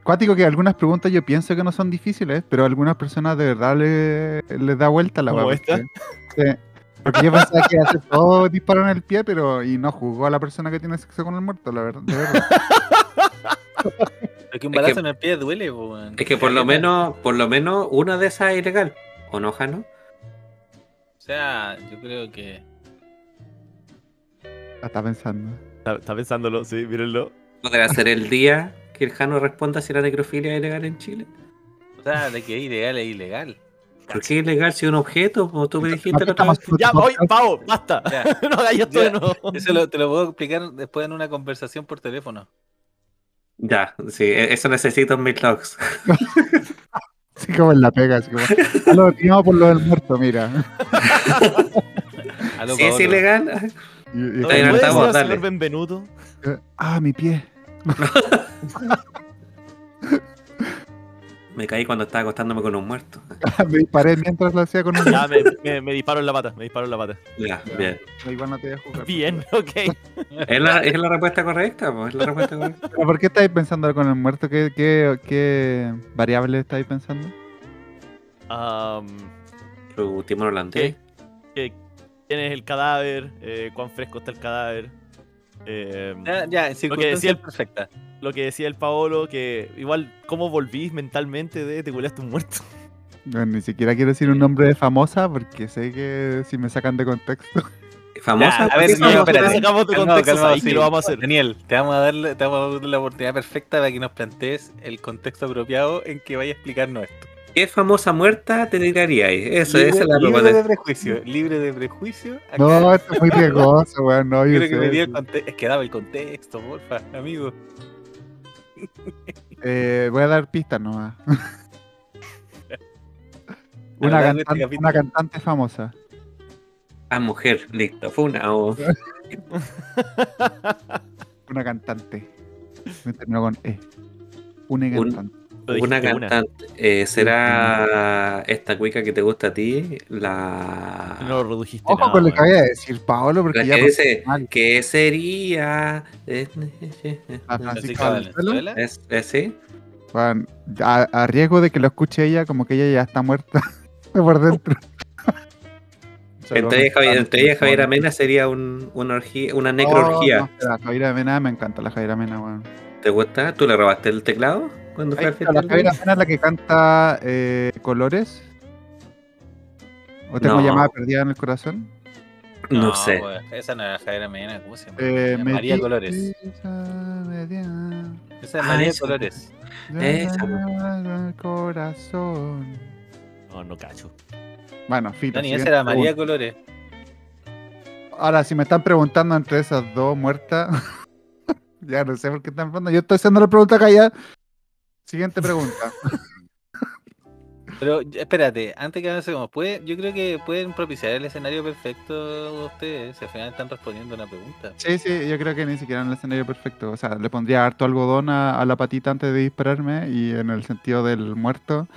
Speaker 4: Cuático que algunas preguntas yo pienso que no son difíciles, pero a algunas personas de verdad le- les da vuelta la
Speaker 2: ¿Como
Speaker 4: weá,
Speaker 2: esta?
Speaker 4: porque- sí, porque yo pensaba que hace todo disparo en el pie, pero y no juzgó a la persona que tiene sexo con el muerto, la verdad. de verdad.
Speaker 3: Es que un
Speaker 1: Es que-
Speaker 3: balazo en el pie duele, po, weón.
Speaker 1: Es que
Speaker 3: [LAUGHS]
Speaker 1: por lo menos, por lo menos una de esas es ilegal. ¿O no, Jano?
Speaker 3: O sea, yo creo que.
Speaker 4: La está pensando.
Speaker 2: Está, está pensándolo, sí, mírenlo.
Speaker 1: ¿No debe ser el día que el Jano responda si la necrofilia es ilegal en Chile?
Speaker 3: O sea, de que es ilegal es ilegal.
Speaker 1: ¿Por qué es ilegal si es un objeto? Como tú me dijiste
Speaker 4: Aparte
Speaker 1: la otra
Speaker 4: estamos
Speaker 1: vez.
Speaker 4: haciendo
Speaker 2: Ya,
Speaker 4: otro
Speaker 2: voy,
Speaker 4: podcast,
Speaker 2: Pavo, basta. [LAUGHS]
Speaker 3: Ya.
Speaker 1: [LAUGHS]
Speaker 2: no hagas esto de
Speaker 3: Ya.
Speaker 2: nuevo.
Speaker 3: Eso lo- te lo puedo explicar después en una conversación por teléfono.
Speaker 1: Ya, sí, e- eso necesito en mis logs.
Speaker 4: [LAUGHS] Así como en la pega, así como. "Ah, lo detenimos por lo del muerto, mira.
Speaker 3: A lo
Speaker 1: Si es
Speaker 3: Paolo.
Speaker 1: ilegal, [LAUGHS]
Speaker 4: Y- y-
Speaker 2: No,
Speaker 1: Está bien,
Speaker 2: ¿puede
Speaker 1: altavoz,
Speaker 2: ser al
Speaker 1: dale.
Speaker 2: señor Benvenuto?
Speaker 4: eh, ah, mi pie. [LAUGHS]
Speaker 1: me caí cuando estaba acostándome con un muerto.
Speaker 4: me disparé mientras lo hacía con un.
Speaker 2: Ya, me, me, me disparo en la pata, me disparo en la pata.
Speaker 1: Ya, bien.
Speaker 4: No, Igual no te voy a juzgar.
Speaker 2: Bien, [LAUGHS] ok.
Speaker 1: ¿Es la, es la respuesta correcta? po? ¿Es la respuesta
Speaker 4: [LAUGHS]
Speaker 1: correcta?
Speaker 4: ¿Pero por qué estáis pensando con el muerto? ¿Qué, qué, qué variable estáis pensando?
Speaker 2: Am,
Speaker 1: Tu timón holandés.
Speaker 2: ¿qué- ¿Quién es el cadáver? Eh, ¿Cuán fresco está el cadáver? Em,
Speaker 3: Ya, ya, en
Speaker 2: Lo que decía
Speaker 3: circunstancias
Speaker 2: el-
Speaker 3: perfectas.
Speaker 2: lo que decía el Paolo, que igual, ¿cómo volvís mentalmente de te culeaste un muerto?
Speaker 4: Bueno, ni siquiera quiero decir un nombre de famosa porque sé que si me sacan de contexto.
Speaker 3: [LAUGHS]
Speaker 1: Famosa.
Speaker 3: Ya, a ver,
Speaker 1: ¿Por qué
Speaker 3: no,
Speaker 1: famosa?
Speaker 2: Te sacamos
Speaker 3: espérate.
Speaker 2: de
Speaker 3: Calmado,
Speaker 2: contexto,
Speaker 3: calmado,
Speaker 2: sabéis que
Speaker 3: sí.
Speaker 2: lo vamos a hacer.
Speaker 3: Daniel, te vamos a dar te vamos a dar la oportunidad perfecta para que nos plantees el contexto apropiado en que vaya a explicarnos esto.
Speaker 1: ¿Qué famosa muerta te tiraría ahí? Eso,
Speaker 3: libre,
Speaker 1: esa es la
Speaker 3: libre de
Speaker 1: respuesta.
Speaker 3: prejuicio, libre de prejuicio. Acá
Speaker 4: No, esto es muy riesgoso, weón. No, yo
Speaker 3: quiero que me diga
Speaker 4: sé.
Speaker 3: el conte- Es que daba el contexto, porfa, amigo.
Speaker 4: Eh, voy a dar
Speaker 3: [LAUGHS]
Speaker 4: pistas nomás. una,
Speaker 3: verdad, en este
Speaker 4: cantante,
Speaker 3: capítulo-
Speaker 4: una cantante famosa.
Speaker 1: Ah, mujer, listo. oh, Funa o.
Speaker 4: Una cantante. Me terminó con E. Una
Speaker 1: Un-
Speaker 4: cantante.
Speaker 2: Lo
Speaker 1: Una
Speaker 2: dijiste una.
Speaker 1: cantante. eh, ¿Será esta cuica que te gusta a ti? La,
Speaker 2: No lo redujiste.
Speaker 4: Ojo
Speaker 2: nada,
Speaker 4: con lo
Speaker 2: weón.
Speaker 4: que voy a decir, Paolo,
Speaker 1: la
Speaker 4: porque ya
Speaker 1: que
Speaker 4: pasó
Speaker 1: dice,
Speaker 4: mal.
Speaker 1: ¿qué sería? Es,
Speaker 4: A
Speaker 3: Francisca
Speaker 4: Francisca Valenzuela.
Speaker 3: Valenzuela.
Speaker 1: es- es- sí.
Speaker 4: Juan, a, a riesgo de que lo escuche ella, como que ella ya está muerta [LAUGHS] por dentro.
Speaker 1: Entre ella, y Javier, entre ella y Javier Amena sería un, una, orgía- una necroorgía.
Speaker 4: Oh, no, pero la Javiera Mena me encanta, la Javiera Mena, weón.
Speaker 1: ¿Te gusta? ¿Tú le robaste el teclado cuando fue
Speaker 4: Ay,
Speaker 1: al
Speaker 4: pero La
Speaker 1: festival?
Speaker 4: Javiera Mena es la que canta eh, Colores. ¿O tengo
Speaker 1: No.
Speaker 4: llamada perdida en el corazón?
Speaker 1: No sé.
Speaker 3: weón, esa no era Javier Mena, ¿cómo se llama?
Speaker 4: Eh, me
Speaker 3: María
Speaker 4: dices-
Speaker 3: Colores.
Speaker 4: me dices-
Speaker 3: Esa es
Speaker 1: Ah,
Speaker 3: María
Speaker 1: esa.
Speaker 3: Colores.
Speaker 1: Esa.
Speaker 4: Llama al corazón.
Speaker 2: No, no cacho.
Speaker 4: Bueno, filo.
Speaker 3: Dani, esa
Speaker 4: siguiente
Speaker 3: era María
Speaker 4: pregunta.
Speaker 3: Colores.
Speaker 4: Ahora, si me están preguntando entre esas dos muertas, [LAUGHS] ya no sé por qué están preguntando. Yo estoy haciendo la pregunta callada. Siguiente pregunta.
Speaker 3: Pero ya, espérate, antes que avancemos, ¿puede, yo creo que pueden propiciar el escenario perfecto ustedes, si al final están respondiendo una pregunta.
Speaker 4: sí, sí, yo creo que ni siquiera en el escenario perfecto. O sea, le pondría harto algodón a, a la patita antes de dispararme y en el sentido del muerto.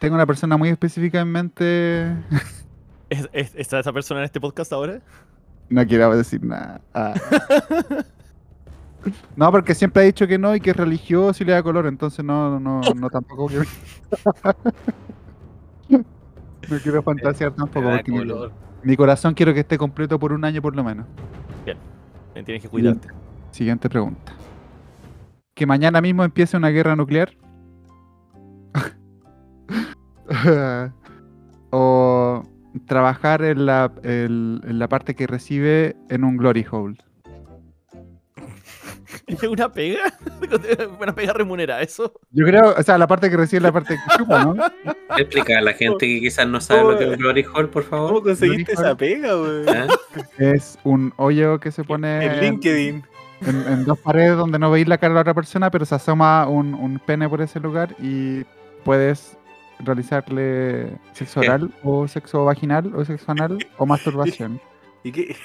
Speaker 4: Tengo una persona muy específica en mente. [LAUGHS]
Speaker 2: ¿Es- es- ¿Está esa persona en este podcast ahora?
Speaker 4: No quiero decir nada. Ah. No, porque siempre ha dicho que no y que es religioso y le da color, entonces no, no, no tampoco quiero. [LAUGHS] no quiero fantasear
Speaker 3: Te
Speaker 4: tampoco,
Speaker 3: da
Speaker 4: porque mi,
Speaker 3: color.
Speaker 4: mi corazón quiero que esté completo por un año por lo menos.
Speaker 2: Eh, Tienes que cuidarte.
Speaker 4: Siguiente pregunta. Que mañana mismo empiece una guerra nuclear. [LAUGHS] o trabajar en la, el- en la parte que recibe en un glory hole.
Speaker 2: [LAUGHS] ¿Es una pega? [LAUGHS] ¿Una pega remunerada eso?
Speaker 4: Yo creo, o sea, la parte que recibe la parte [LAUGHS] que chupa, ¿no?
Speaker 1: Explica a la gente que quizás no sabe lo que es un glory hole, por
Speaker 3: ¿Cómo
Speaker 1: favor.
Speaker 3: conseguiste
Speaker 4: Glory
Speaker 3: esa pega, weón?
Speaker 1: ¿Eh?
Speaker 4: Es un hoyo que se pone
Speaker 3: En
Speaker 4: en,
Speaker 3: LinkedIn.
Speaker 4: en dos paredes donde no veis la cara de la otra persona, pero se asoma un, un pene por ese lugar y puedes realizarle
Speaker 3: [LAUGHS]
Speaker 4: sexo
Speaker 1: Bien.
Speaker 4: oral o sexo vaginal o sexo anal o masturbación.
Speaker 3: ¿Y qué?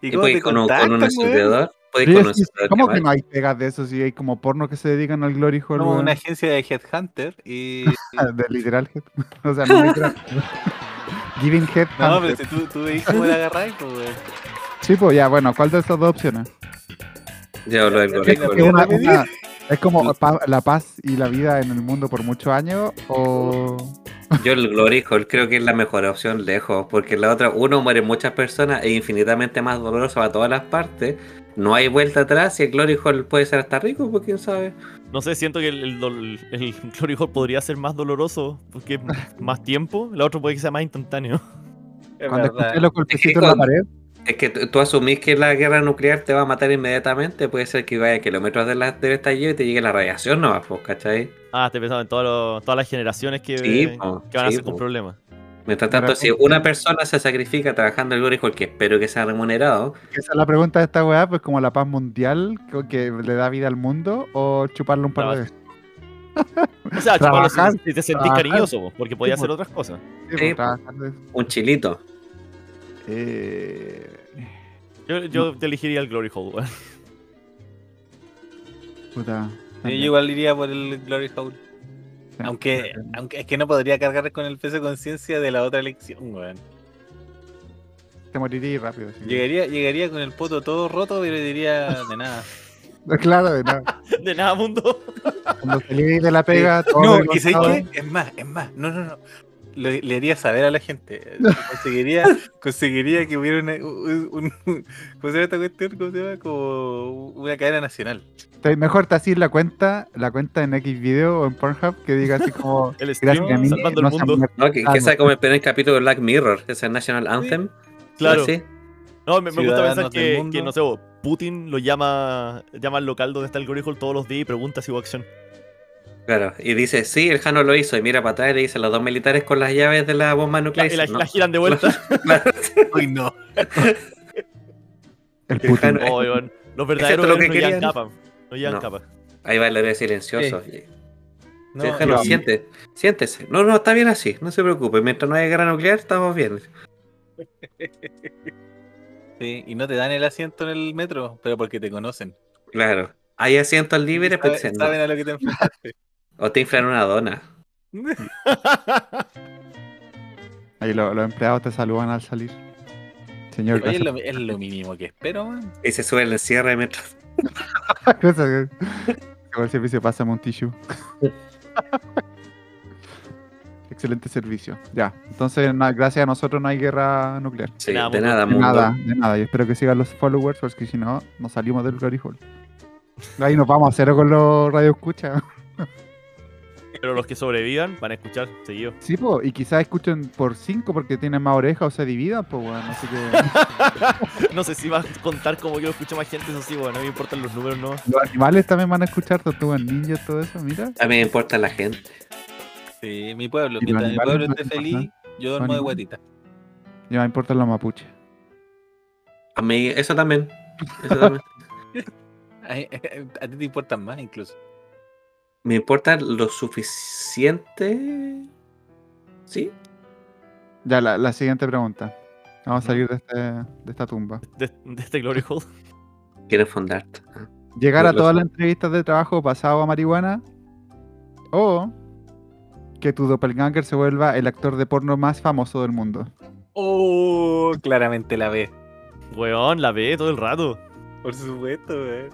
Speaker 3: ¿Y
Speaker 1: Y
Speaker 3: cómo te
Speaker 1: puedes con, un-
Speaker 3: contactan,
Speaker 1: con un
Speaker 3: weón?
Speaker 1: estudiador. Puedes
Speaker 4: Pero
Speaker 1: con
Speaker 4: es-
Speaker 1: un
Speaker 4: es-
Speaker 1: estudiador
Speaker 4: ¿Cómo
Speaker 1: que
Speaker 4: que no
Speaker 1: vale.
Speaker 4: hay pegas de eso si hay como porno que se dedican al glory hole?
Speaker 3: Como
Speaker 4: weón?
Speaker 3: una agencia de Headhunter
Speaker 4: [LAUGHS]
Speaker 3: y...
Speaker 4: Ah, de literal head. [LAUGHS] o
Speaker 3: [LAUGHS]
Speaker 4: sea, no literal. [LAUGHS] Giving head.
Speaker 3: No, pero si
Speaker 4: hunter.
Speaker 3: tú, tú veis cómo la agarráis, pues, weón.
Speaker 4: Sí, pues ya, bueno, ¿cuál de esas dos opciones?
Speaker 1: Yo hablo del glory
Speaker 3: Pero-
Speaker 4: Es,
Speaker 1: hole.
Speaker 3: pero-
Speaker 4: una-
Speaker 3: ¿Cómo
Speaker 4: una- es como pa- la paz y la vida en el mundo por muchos años o...
Speaker 1: Yo el glory hole creo que es la mejor opción lejos, porque la otra, uno muere muchas personas e infinitamente más doloroso para todas las partes. No hay vuelta atrás y el glory hole puede ser hasta rico, pues quién sabe.
Speaker 2: No sé, siento que el, el, dol- el Glory Hole podría ser más doloroso porque es más tiempo. La otra puede que sea más instantáneo.
Speaker 3: Es
Speaker 4: Cuando
Speaker 3: verdad.
Speaker 4: escuché los golpecitos en la
Speaker 1: cuando-
Speaker 4: pared,
Speaker 1: Es que tú tú asumís que la guerra nuclear te va a matar inmediatamente, puede ser que vaya a kilómetros de la, del estallido y te llegue la radiación nomás, pues, ¿cachai?
Speaker 2: Ah, te pensaba en todas los- todas las generaciones que,
Speaker 1: Sí,
Speaker 2: que
Speaker 1: po,
Speaker 2: van a
Speaker 1: sí,
Speaker 2: ser con
Speaker 1: po.
Speaker 2: problemas.
Speaker 1: Mientras tanto,
Speaker 4: Mira,
Speaker 1: si
Speaker 4: porque-
Speaker 1: una persona se sacrifica trabajando el glory hole, que espero que sea remunerado,
Speaker 4: que esa es la pregunta de esta weá, pues como la paz mundial que, que le da vida al mundo o chuparle un par de veces.
Speaker 2: O sea, chuparlo si-
Speaker 4: Trabajar,
Speaker 2: si, te sentís
Speaker 4: trabajar.
Speaker 2: cariñoso, po, porque podía
Speaker 4: Sí,
Speaker 2: hacer
Speaker 4: po.
Speaker 2: otras cosas.
Speaker 1: Sí,
Speaker 4: Sí, pues, trabajar de eso.
Speaker 1: un chilito.
Speaker 4: Eh,
Speaker 2: Yo, yo te elegiría el Glory Hole, weón. [LAUGHS]
Speaker 4: puta.
Speaker 3: Yo
Speaker 4: también.
Speaker 3: igual iría por el Glory Hole. Ah,
Speaker 4: Ya.
Speaker 3: Aunque, aunque es que no podría cargar con el peso de conciencia de la otra elección, weón.
Speaker 4: Te moriría rápido. así que-
Speaker 3: Llegaría, llegaría con el poto todo roto, pero diría de [LAUGHS] nada.
Speaker 4: [LAUGHS] Claro, de nada.
Speaker 2: De nada, mundo.
Speaker 4: Cuando salí de la pega, todo
Speaker 3: No, y
Speaker 4: avergonzado,
Speaker 3: ¿sabes qué? Es más, es más, no, no, no. Le, le haría saber a la [LAUGHS] gente. Conseguiría, conseguiría que hubiera una, un, [LAUGHS] un- ¿Cómo se llama esta cuestión? ¿Cómo se llama? Como una cadena nacional.
Speaker 4: te- Mejor te haces la cuenta, la cuenta en X video o en Pornhub que diga así como
Speaker 2: El stream
Speaker 4: gracias a mí
Speaker 2: salvando
Speaker 4: no
Speaker 2: el
Speaker 4: se
Speaker 2: mundo.
Speaker 4: han muerto.
Speaker 1: ¿no? Que, que
Speaker 4: Ah,
Speaker 1: sea
Speaker 4: no.
Speaker 1: como el primer capítulo de Black Mirror, ese National Anthem.
Speaker 2: Claro.
Speaker 1: así.
Speaker 2: No, me, me gusta pensar
Speaker 3: Ciudadanos del
Speaker 2: que,
Speaker 3: mundo.
Speaker 2: que, no sé, po, Putin lo llama, llama al local donde está el Glory Hole todos los días y pregunta si hubo acción.
Speaker 1: Claro, y dice, sí, el Jano lo hizo, y mira para atrás y le dice, los dos militares con las llaves de la bomba
Speaker 2: La,
Speaker 1: nuclear.
Speaker 2: la-
Speaker 1: No,
Speaker 2: la giran de vuelta.
Speaker 3: [LAUGHS] Uy, no.
Speaker 4: El
Speaker 1: El
Speaker 4: Putin.
Speaker 1: Jano-
Speaker 2: Oh, weón. Los verdaderos
Speaker 1: lo que
Speaker 2: héroes no llevan
Speaker 1: querían.
Speaker 2: capa. No llevan
Speaker 1: No.
Speaker 2: capa.
Speaker 1: Ahí va el héroe silencioso.
Speaker 3: No,
Speaker 1: Sí, Jano,
Speaker 3: y-
Speaker 1: siente- siéntese. No, no, está bien así, no se preocupe. Mientras no haya guerra nuclear, estamos bien.
Speaker 3: sí, y no te dan el asiento en el metro, pero porque te conocen.
Speaker 1: Claro. Hay asientos
Speaker 3: Y
Speaker 1: libres, pero
Speaker 3: saben,
Speaker 1: dicen, no.
Speaker 3: [LAUGHS] saben a lo que te enfrentas.
Speaker 1: O te inflan una dona.
Speaker 4: Ahí lo- los empleados te saludan al salir. Señor, [LAUGHS]
Speaker 3: Oye, es
Speaker 4: gracias.
Speaker 3: lo, es lo mínimo que espero, man.
Speaker 1: Y se sube el encierre mientras.
Speaker 4: Gracias. Por el servicio, pásame un
Speaker 1: [LAUGHS]
Speaker 4: tissue. Excelente servicio. Ya. Entonces, na- gracias a nosotros no hay guerra nuclear.
Speaker 1: Sí,
Speaker 2: nada,
Speaker 1: de
Speaker 2: mundo.
Speaker 1: nada,
Speaker 4: De
Speaker 1: mundo.
Speaker 4: nada, de nada. Y espero que sigan los followers, porque si no, nos salimos del Glory Hall. Ahí nos vamos a cero con los radio
Speaker 1: [LAUGHS]
Speaker 4: escucha.
Speaker 2: Pero los que sobrevivan van a escuchar seguido.
Speaker 4: Sí, po, y quizás escuchen por 5 porque tienen más orejas o se dividan, pues, weón. Así que.
Speaker 1: [LAUGHS]
Speaker 2: No sé si vas a contar como yo lo escucho más gente, eso sí, bueno, no me importan los números, no.
Speaker 4: los animales también van a escuchar, tortugas ninjas, todo eso, mira.
Speaker 1: A mí me importa la gente.
Speaker 3: Sí, mi pueblo.
Speaker 4: Y los
Speaker 3: Mientras mi
Speaker 4: animales
Speaker 3: pueblo
Speaker 4: no
Speaker 3: esté
Speaker 4: hacen
Speaker 3: feliz, yo duermo de
Speaker 4: animales.
Speaker 3: guatita. [LAUGHS]
Speaker 4: Ya me importan los mapuches.
Speaker 1: A mí, eso también. Eso también.
Speaker 3: Ay, A ti te importan más, incluso.
Speaker 1: me importa lo suficiente. Sí,
Speaker 4: Ya, la, la siguiente pregunta. Vamos a salir de, este, de esta tumba.
Speaker 2: De, de este Glory Hole.
Speaker 1: quiero fondarte. Ah,
Speaker 4: Llegar a
Speaker 1: Por los-
Speaker 4: todas las entrevistas de trabajo pasado a marihuana. O que tu doppelganger se vuelva el actor de porno más famoso del mundo.
Speaker 3: Oh, claramente la ve.
Speaker 2: Weón, la ve todo el rato.
Speaker 3: Por supuesto, weón.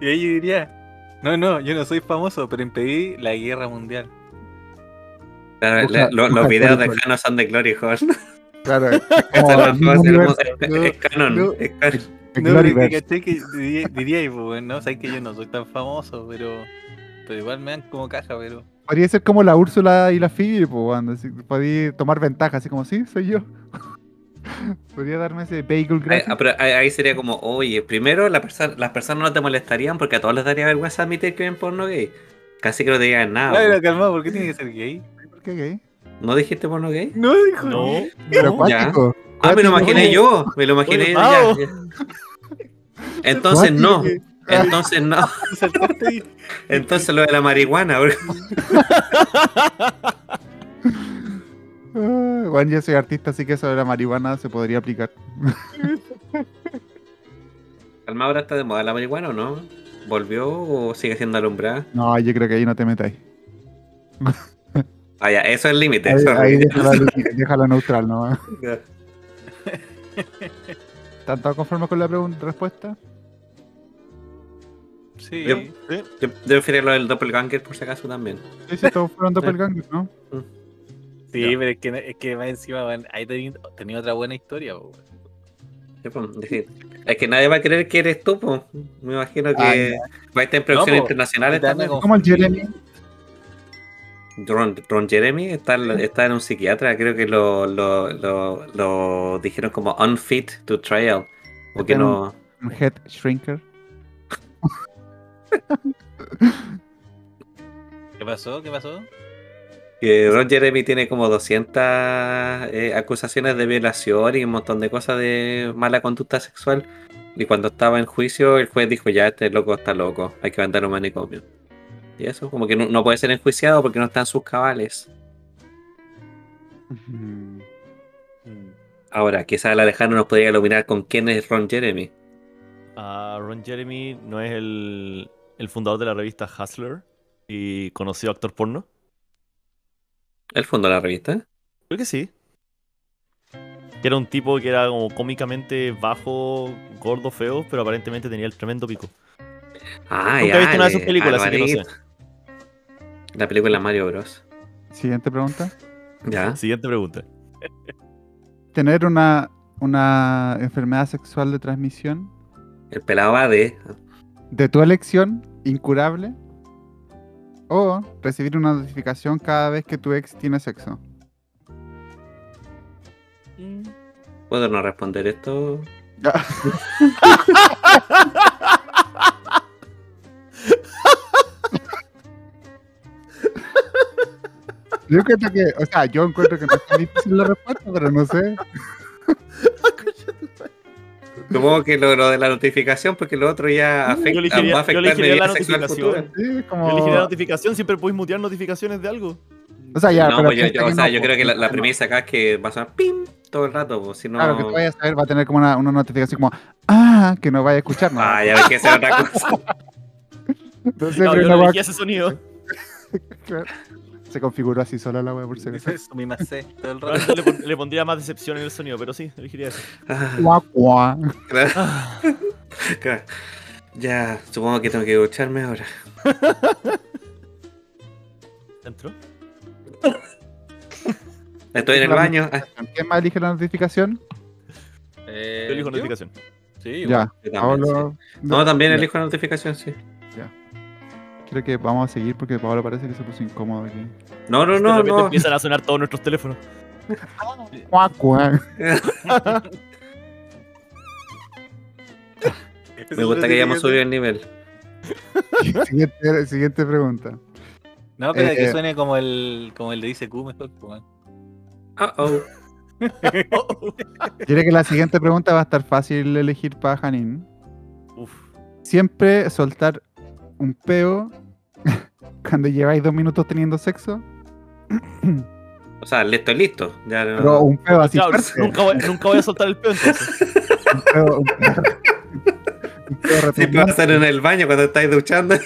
Speaker 3: Y ahí yo diría, no, no, yo no soy famoso, pero impedí la guerra mundial.
Speaker 1: claro,
Speaker 4: Busca-
Speaker 1: la- lo-
Speaker 4: busca
Speaker 1: los videos de
Speaker 4: Glory
Speaker 1: Canon son de Glory Hall. [LAUGHS]
Speaker 4: Claro, [LAUGHS] Oh,
Speaker 1: Esa no puedo hacer música. Es
Speaker 4: no.
Speaker 1: canon. Es canon.
Speaker 3: No, pero que caché que diría, diría, pues, weón, no, sabes que yo no soy tan famoso, pero, pero igual me dan como caja, pero.
Speaker 4: Podría ser como la Úrsula y la Phoebe, po, weón, así, podía tomar ventaja, así como, sí, soy yo. [LAUGHS] podría darme ese bagel
Speaker 1: Ahí,
Speaker 4: gratis.
Speaker 1: ah, pero ahí- ahí sería como, oye, primero la perso- las personas no te molestarían porque a todos les daría vergüenza admitir que ven porno gay. Casi que no te digan nada.
Speaker 3: Ay,
Speaker 1: po.
Speaker 3: pero calmado, ¿por qué tiene que ser gay?
Speaker 4: ¿Qué gay?
Speaker 1: ¿No dijiste porno gay?
Speaker 3: No, dijo.
Speaker 2: No,
Speaker 4: Pero
Speaker 2: no.
Speaker 4: cuático.
Speaker 1: Ah, me lo imaginé
Speaker 4: Oye,
Speaker 1: yo. Me lo imaginé
Speaker 2: Oye,
Speaker 1: ya,
Speaker 2: Mao.
Speaker 1: ya. Entonces no. Entonces no.
Speaker 3: Saltaste ahí.
Speaker 1: Entonces lo de la marihuana. bro.
Speaker 4: Ah, Weón, yo soy artista, así que eso de la marihuana se podría aplicar.
Speaker 1: Calma, ahora está de moda la marihuana o no? ¿Volvió o sigue siendo alumbrada?
Speaker 4: No, yo creo que ahí no te metáis.
Speaker 1: Ah, ya, eso es el límite.
Speaker 4: Ahí,
Speaker 1: eso es el
Speaker 4: ahí
Speaker 1: límite.
Speaker 4: [LAUGHS] déjalo, déjalo neutral, ¿no? ¿Están todos conformes con la pregun- respuesta?
Speaker 3: Sí.
Speaker 1: Yo- Yo, yo prefiero lo del doppelganger por si acaso también.
Speaker 4: Sí, sí, todos fueron doppelgangers, ¿no?
Speaker 3: Sí, pero es que, es que más encima, weón, ahí tenía, tenía otra buena historia, po, weón.
Speaker 1: Sí, po, es decir, es que nadie va a creer que eres tú, po. Me imagino
Speaker 4: Ah,
Speaker 1: que va a estar en producciones
Speaker 3: po,
Speaker 1: internacionales
Speaker 3: te van a
Speaker 1: también.
Speaker 3: confundir.
Speaker 4: Como el Jeremy.
Speaker 1: Ron, Ron Jeremy está, está en un psiquiatra, creo que lo, lo, lo, lo dijeron como unfit to trial. Porque
Speaker 4: Está en
Speaker 1: no.
Speaker 4: Un head shrinker.
Speaker 3: ¿Qué pasó? ¿Qué pasó?
Speaker 1: que Ron Jeremy tiene como 200 eh, acusaciones de violación y un montón de cosas de mala conducta sexual. Y cuando estaba en juicio, el juez dijo: Ya, este loco está loco, hay que mandar a un manicomio. Y eso, como que no, no puede ser enjuiciado porque no están sus cabales.
Speaker 4: Ujú.
Speaker 1: Ahora, quizás el Alejandro nos podría iluminar con quién es Ron Jeremy.
Speaker 2: Ah, Ron Jeremy no es el, el fundador de la revista Hustler y conocido actor porno.
Speaker 1: Él fundó la revista.
Speaker 2: Creo que sí. Que era un tipo que era como cómicamente bajo, gordo, feo, pero aparentemente tenía el tremendo pico.
Speaker 1: Ah,
Speaker 2: Nunca he visto una de sus
Speaker 1: eh,
Speaker 2: películas, así que no sé.
Speaker 1: Alvarito. La película Mario Bros.
Speaker 4: Siguiente pregunta.
Speaker 1: Ya.
Speaker 2: Siguiente pregunta.
Speaker 4: Tener una, una enfermedad sexual de transmisión
Speaker 1: El pelado va de.
Speaker 4: de tu elección, incurable. O recibir una notificación cada vez que tu ex tiene sexo.
Speaker 1: ¿Puedo no responder esto?
Speaker 4: Yo encuentro que, o sea, yo encuentro que no es tan difícil la respuesta, pero no sé.
Speaker 1: Supongo que lo, lo de la notificación, porque lo otro ya
Speaker 2: Yo
Speaker 1: afecta,
Speaker 2: elegiría-
Speaker 1: va a afectar
Speaker 2: yo elegiría
Speaker 1: mi vida
Speaker 2: la
Speaker 1: sexual
Speaker 2: notificación.
Speaker 1: futura.
Speaker 4: Sí, es como.
Speaker 2: Yo elegí la notificación, siempre podéis mutear notificaciones de algo.
Speaker 4: O sea, Ah, ya,
Speaker 1: no,
Speaker 4: pero
Speaker 1: pues yo,
Speaker 4: piensa
Speaker 1: yo- o
Speaker 4: que
Speaker 1: sea,
Speaker 4: no,
Speaker 1: yo
Speaker 4: pues,
Speaker 1: creo que la, la
Speaker 4: piensa no.
Speaker 1: premisa acá es que va a sonar pim todo el rato, pues, si no.
Speaker 4: Claro, que tú vayas a ver, va a tener como una, una notificación como, ah, que no vaya a escuchar nada.
Speaker 1: Ah, ya ves que esa es otra cosa. [LAUGHS]
Speaker 4: Entonces,
Speaker 2: No,
Speaker 4: pero
Speaker 2: yo
Speaker 4: no
Speaker 2: no
Speaker 4: va-
Speaker 2: elegí ese sonido.
Speaker 4: Claro. Se configuró así sola la wea por si acaso.
Speaker 3: Dice Sumimase todo [LAUGHS] el rato.
Speaker 2: Probablemente Le, pon- le pondría más decepción en el sonido, pero sí, elegiría eso.
Speaker 4: Cuá, cuá.
Speaker 2: Ah,
Speaker 1: Claro. Ya, supongo que tengo que ducharme ahora.
Speaker 2: ¿Entró?
Speaker 1: Estoy en el
Speaker 4: La-
Speaker 1: baño. Ah,
Speaker 4: ¿Quién más elige la notificación?
Speaker 3: Eh,
Speaker 2: Yo elijo
Speaker 3: ¿yo?
Speaker 2: notificación.
Speaker 3: Sí, bueno.
Speaker 4: Ya.
Speaker 1: yo también, sí.
Speaker 4: Pablo.
Speaker 1: No, también
Speaker 4: ya.
Speaker 1: elijo la notificación, sí.
Speaker 4: Creo que vamos a seguir porque Pablo parece que se puso incómodo aquí.
Speaker 1: No, no,
Speaker 2: de
Speaker 1: no,
Speaker 2: repente
Speaker 1: no.
Speaker 2: empiezan a sonar todos nuestros teléfonos.
Speaker 4: Cuá, cuá.
Speaker 3: Eso
Speaker 1: Me gusta
Speaker 3: lo
Speaker 1: que hayamos
Speaker 3: dije yo.
Speaker 1: subido el nivel.
Speaker 4: [LAUGHS] Siguiente, siguiente pregunta.
Speaker 3: No, pero
Speaker 4: Eh,
Speaker 3: que
Speaker 4: eh.
Speaker 3: suene como el, como el de Dice Q mejor, pues,
Speaker 4: [LAUGHS]
Speaker 3: weón.
Speaker 1: Oh, oh.
Speaker 4: Yo creo que la siguiente pregunta va a estar fácil elegir para Janin.
Speaker 2: [LAUGHS] Uf.
Speaker 4: Siempre soltar un peo [LAUGHS] cuando lleváis dos minutos teniendo sexo.
Speaker 1: O sea, listo, listo. Ya no-
Speaker 4: Pero un peo así
Speaker 2: Claro,
Speaker 4: fuerte.
Speaker 2: nunca, voy, nunca voy a soltar el peo entonces.
Speaker 4: Un peo, un peo- un peo
Speaker 1: Siempre va a
Speaker 4: retumbante.
Speaker 1: estar en el baño cuando estáis duchando.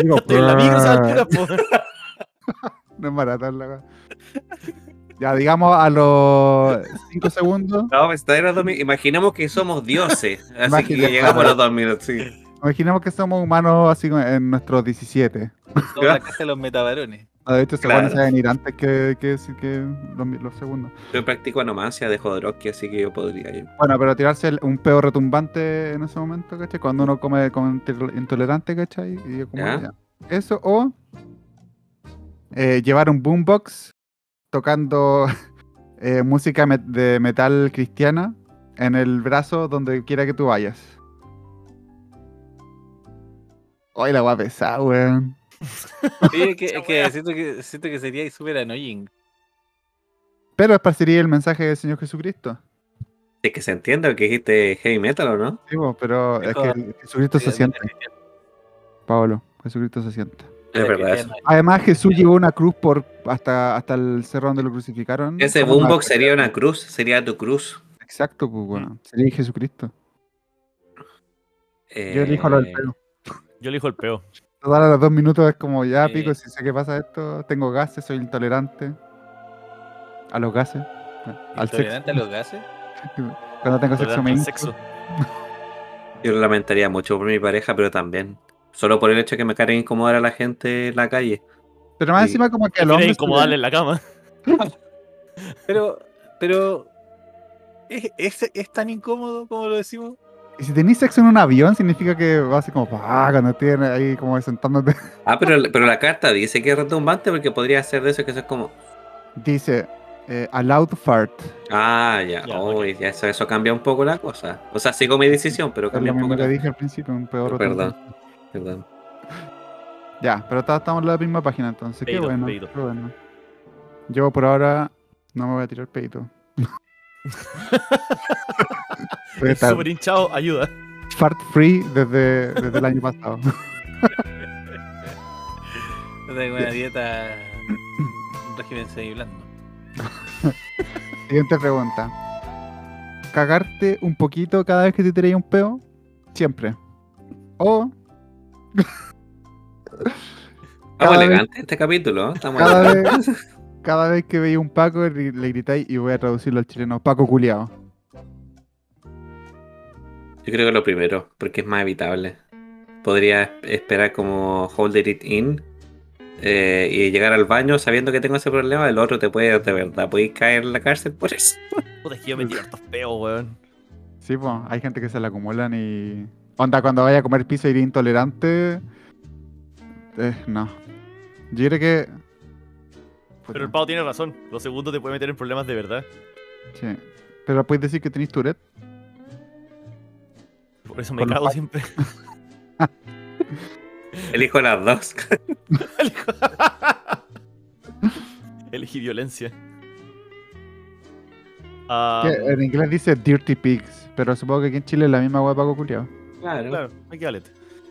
Speaker 4: Digo,
Speaker 2: Estoy en la micro a esa altura, po.
Speaker 4: No es barata la wea. Ya, digamos a los 5 segundos.
Speaker 1: No, está en los dos mi- Imaginemos que somos
Speaker 4: [LAUGHS]
Speaker 1: dioses. Así
Speaker 4: Imagina-
Speaker 1: que llegamos a los dos minutos, sí.
Speaker 4: Imaginemos que somos humanos así como en nuestros 17.
Speaker 3: Somos la casa de los metavarones.
Speaker 4: No, De hecho, se
Speaker 1: Claro.
Speaker 4: van a venir antes que, que, que los, mi- los segundos.
Speaker 1: Yo practico anomancia de Jodorowsky, así que yo podría ir.
Speaker 4: Bueno, pero tirarse el- un peo retumbante en ese momento, ¿cachai? Cuando uno come con inter- intolerante, ¿cachai? Y yo como,
Speaker 1: Ya.
Speaker 4: ya. Eso, o eh, llevar un boombox tocando [LAUGHS] eh, música met- de metal cristiana en el brazo donde quiera que tú vayas. Hoy la voy a pesar, weón.
Speaker 3: Sí, es
Speaker 4: [LAUGHS]
Speaker 3: que, es que siento que siento que sería súper annoying.
Speaker 4: Pero esparciría el mensaje del Señor Jesucristo.
Speaker 1: Es que se entiende lo que dijiste heavy metal, ¿o no?
Speaker 4: Sí, po, pero es que el- Jesucristo se siente, Pablo. Jesucristo se siente.
Speaker 1: Es verdad eso.
Speaker 4: Además, Jesús llevó una cruz por hasta, hasta el cerro donde lo crucificaron.
Speaker 1: Ese
Speaker 4: Con una-
Speaker 1: boombox sería una cruz, sería tu cruz.
Speaker 4: Exacto, pues bueno. Sería Jesucristo. Yo
Speaker 1: Eh,
Speaker 4: elijo lo del pelo.
Speaker 2: Yo elijo el peo.
Speaker 4: Total, a los dos minutos es como ya,
Speaker 2: Eh.
Speaker 4: pico, si sé qué pasa esto, tengo gases, soy intolerante a los gases. Al sexo.
Speaker 3: ¿Intolerante a los gases?
Speaker 4: Cuando tengo sexo me
Speaker 2: Tolerante al
Speaker 4: hincho.
Speaker 2: sexo.
Speaker 1: Yo lo lamentaría mucho por mi pareja, pero también. Solo por el hecho de que me carguen incomodar a la gente en la calle.
Speaker 4: Pero más
Speaker 1: Sí.
Speaker 4: encima como que al
Speaker 2: Prefiero
Speaker 4: hombre...
Speaker 2: incomodarle en la cama.
Speaker 3: Pero, pero. ¿es, es, es tan incómodo como lo decimos?
Speaker 4: Y si tenés sexo en un avión, significa que vas así como, ah, cuando tienes ahí como sentándote. [LAUGHS]
Speaker 1: Ah, pero, pero la carta dice que es retumbante porque podría ser de eso que eso es como.
Speaker 4: Dice, eh, a loud fart.
Speaker 1: Ah, ya.
Speaker 2: Ya,
Speaker 1: uy, ya eso, eso cambia un poco la cosa. O sea, sigo mi decisión, pero
Speaker 4: Es
Speaker 1: cambia
Speaker 4: lo
Speaker 1: un poco
Speaker 4: mismo que
Speaker 1: la
Speaker 4: dije al principio, un peor
Speaker 1: Perdón. Perdón.
Speaker 4: Ya, pero todos estamos en la misma página, entonces. qué
Speaker 2: Peito,
Speaker 4: bueno,
Speaker 2: peito.
Speaker 4: qué bueno. Yo por ahora no me voy a tirar peito. Voy
Speaker 2: Es
Speaker 4: a estar
Speaker 2: súper hinchado, ayuda.
Speaker 4: fart free desde, desde el año pasado.
Speaker 3: No tengo una dieta. un régimen semiblando.
Speaker 4: Siguiente pregunta. ¿Cagarte un poquito cada vez que te tiréis un peo? Siempre. O
Speaker 1: Estamos
Speaker 4: Cada vez-
Speaker 1: elegantes este capítulo, ¿eh? Estamos
Speaker 4: cada
Speaker 1: elegantes.
Speaker 4: vez, cada vez que veis un Paco le le gritáis, y voy a traducirlo al chileno, Paco culiao.
Speaker 1: Yo creo que lo primero, porque es más evitable. Podría esperar como holder it in eh, y llegar al baño sabiendo que tengo ese problema. El otro te puede, de verdad, podéis caer en la cárcel por eso. [LAUGHS]
Speaker 2: Puta, es que yo me tiro hartos peos, weón.
Speaker 4: Sí, pues, hay gente que se la acumulan y. Onda, cuando vaya a comer pizza ir intolerante. eh, no. Yo creo que. Puta,
Speaker 2: Pero el pavo tiene razón. Los segundos te puede meter en problemas de verdad.
Speaker 4: sí. Pero puedes decir que tenéis Tourette.
Speaker 2: Por eso me
Speaker 4: Con los
Speaker 2: cago
Speaker 4: pa-
Speaker 2: siempre. [LAUGHS]
Speaker 1: Elijo las dos.
Speaker 2: Elegí violencia. Ah,
Speaker 4: Que en inglés dice Dirty Pigs. Pero supongo que aquí en Chile es la misma hueá Paco Culiao.
Speaker 1: Claro.
Speaker 2: claro, hay que darle.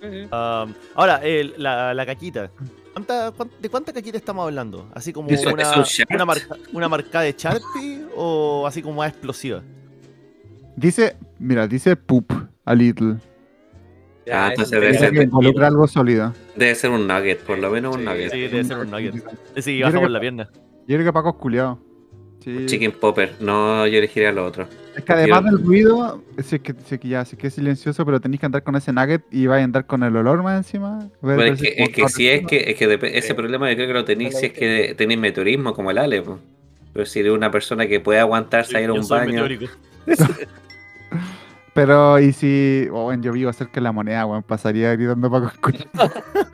Speaker 2: Um, ahora, el- la, la caquita. ¿Cuánta- cuán- ¿De cuánta caquita estamos hablando? ¿Así como
Speaker 1: ¿Eso-
Speaker 2: una,
Speaker 1: eso es Sharp?
Speaker 2: una, marca, una marca de Sharpie o así como más explosiva?
Speaker 4: Dice. Mira, dice poop a little.
Speaker 1: Ah, entonces
Speaker 4: Yo
Speaker 1: debe
Speaker 4: creo
Speaker 1: ser,
Speaker 4: que involucra algo sólido.
Speaker 1: debe ser un nugget, por lo menos un
Speaker 3: Sí,
Speaker 1: nugget.
Speaker 2: Sí, debe ser un nugget. Sí,
Speaker 4: Yo creo
Speaker 2: baja por
Speaker 4: que-
Speaker 2: la pierna.
Speaker 4: Yo creo que Paco es culiado. Sí.
Speaker 1: Chicken Popper. No, yo elegiría lo otro.
Speaker 4: Es que además
Speaker 1: Quiero-
Speaker 4: del ruido, si es que, si es que ya, si es que es silencioso, pero tenéis que andar con ese nugget y vais a andar con el olor más encima. Voy a
Speaker 1: Pero es
Speaker 4: parecer
Speaker 1: que, es
Speaker 4: como
Speaker 1: que
Speaker 4: todo
Speaker 1: si es
Speaker 4: encima.
Speaker 1: que, es que dep- ese problema yo creo que lo tenéis si es que tenéis meteorismo como el Ale. po. Pero si eres una persona que puede aguantarse a ir a
Speaker 2: Yo
Speaker 1: un
Speaker 2: soy
Speaker 1: baño.
Speaker 2: meteórico.
Speaker 4: Pero y si, oh, bueno, yo vivo cerca de la moneda, weón, pasaría gritando Paco es culiao.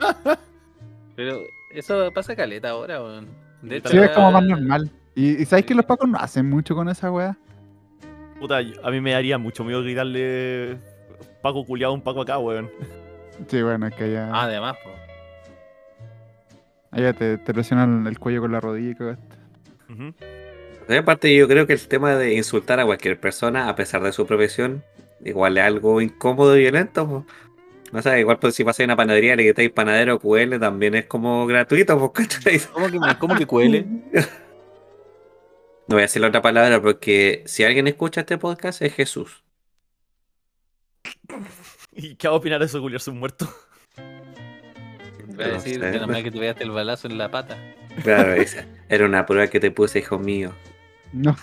Speaker 3: Pero eso pasa caleta ahora, weón. De hecho,
Speaker 4: Sí, es como más
Speaker 3: ahora-
Speaker 4: normal. Y, y sabéis que los Pacos no hacen mucho con esa weá.
Speaker 2: Puta, yo- a mí me daría mucho miedo gritarle Paco culiado a un Paco acá, weón.
Speaker 4: Sí, bueno, es que allá,
Speaker 3: Ah, Además, po.
Speaker 4: allá te, te lesionan el cuello con la rodilla y cagaste.
Speaker 2: Ujú.
Speaker 1: Y Aparte, yo creo que el tema de insultar a cualquier persona, a pesar de su profesión, igual es algo incómodo y violento. po. No sé, igual pues, si pasáis a una panadería y le quitáis panadero QL, también es como gratuito. po, [LAUGHS] ¿cachai?
Speaker 3: ¿Cómo que, cómo que
Speaker 4: [LAUGHS]
Speaker 3: cuele?
Speaker 1: No voy a decir la otra palabra porque si alguien escucha este podcast es Jesús.
Speaker 2: ¿Y qué va a opinar de eso, culiarse un muerto?
Speaker 3: Voy a
Speaker 1: No
Speaker 3: decir,
Speaker 1: sé.
Speaker 3: menos mal que te pegaste el balazo en la pata.
Speaker 1: Claro, esa era una prueba que te puse, hijo mío. [LAUGHS]
Speaker 4: No,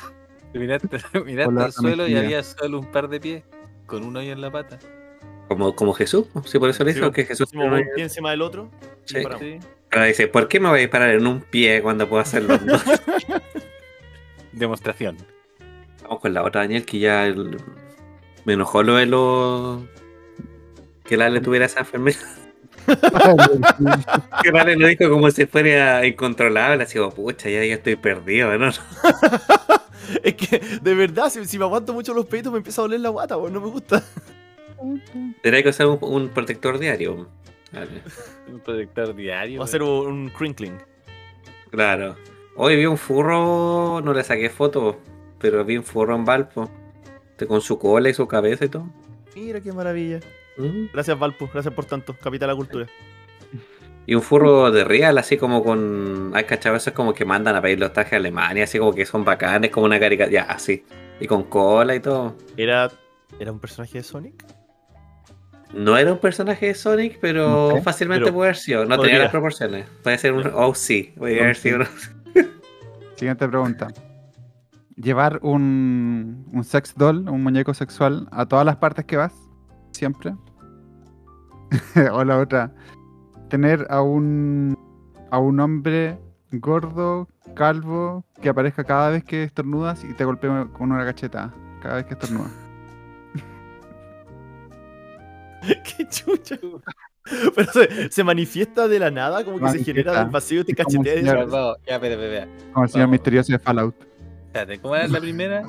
Speaker 3: Te [LAUGHS] Miraste, miraste
Speaker 4: Hola,
Speaker 3: al suelo y
Speaker 4: mejilla.
Speaker 3: había solo un par de pies, con un hoyo en la pata.
Speaker 1: Como, como Jesús, po. sí, por eso le
Speaker 2: Sí,
Speaker 1: digo
Speaker 2: po.
Speaker 1: que Jesús.
Speaker 2: Pusimos un pie encima del otro. y
Speaker 1: Sí.
Speaker 2: paramos.
Speaker 3: Sí.
Speaker 1: Ahora dice, ¿por qué me voy a disparar en un pie cuando puedo
Speaker 2: [LAUGHS]
Speaker 1: hacerlo? en dos?"
Speaker 3: Demostración.
Speaker 1: Vamos con la otra, Daniel, que ya el- me enojó lo de los... Que la le tuviera esa enfermedad. Que vale, lo dijo como si fuera incontrolable. Así como, pucha, ya, ya estoy perdido, ¿no? [LAUGHS]
Speaker 2: Es que, de verdad, si, si me aguanto mucho los peitos me empieza a doler la guata, weón. No me gusta.
Speaker 1: Tendría que usar un, un protector diario. Vale,
Speaker 3: Un proyector diario.
Speaker 2: Va a ser un crinkling.
Speaker 1: Claro. Hoy vi un furro, no le saqué foto, pero vi un furro en Valpo. este, Con su cola y su cabeza y todo.
Speaker 2: Mira qué maravilla.
Speaker 1: Mm.
Speaker 2: Gracias, Valpo. Gracias por tanto. Capital de la cultura.
Speaker 1: Y un furro de real, así como con. Hay cachado, esos como que mandan a pedir los trajes a Alemania, así como que son bacanes, como una caricatura. Ya, así. Y con cola y todo.
Speaker 2: ¿Era, ¿Era un personaje de Sonic? [LAUGHS]
Speaker 1: No era un personaje de Sonic, pero
Speaker 4: No sé,
Speaker 1: fácilmente
Speaker 2: pero
Speaker 1: puede haber sido. No
Speaker 2: podría.
Speaker 1: tenía las proporciones. Puede ser un. Oh, sí. Podría haber sido un-
Speaker 4: Siguiente pregunta. ¿Llevar un, un sex doll, un muñeco sexual, a todas las partes que vas? ¿Siempre? [LAUGHS] o la otra. ¿Tener a un, a un hombre gordo, calvo, que aparezca cada vez que estornudas y te golpea con una cacheta? Cada vez que estornudas.
Speaker 2: ¡Qué chucha! Pero se, se manifiesta de la nada, como que se
Speaker 4: Manifiesta.
Speaker 2: genera del vacío y te
Speaker 4: Es como un
Speaker 2: cachetea. y
Speaker 4: señor.
Speaker 2: dice,
Speaker 3: Ya, vamos, ya, espera, espera, espera.
Speaker 4: Como el señor
Speaker 3: Vamos.
Speaker 4: misterioso de Fallout.
Speaker 3: Espérate, ¿cómo [LAUGHS] era la primera?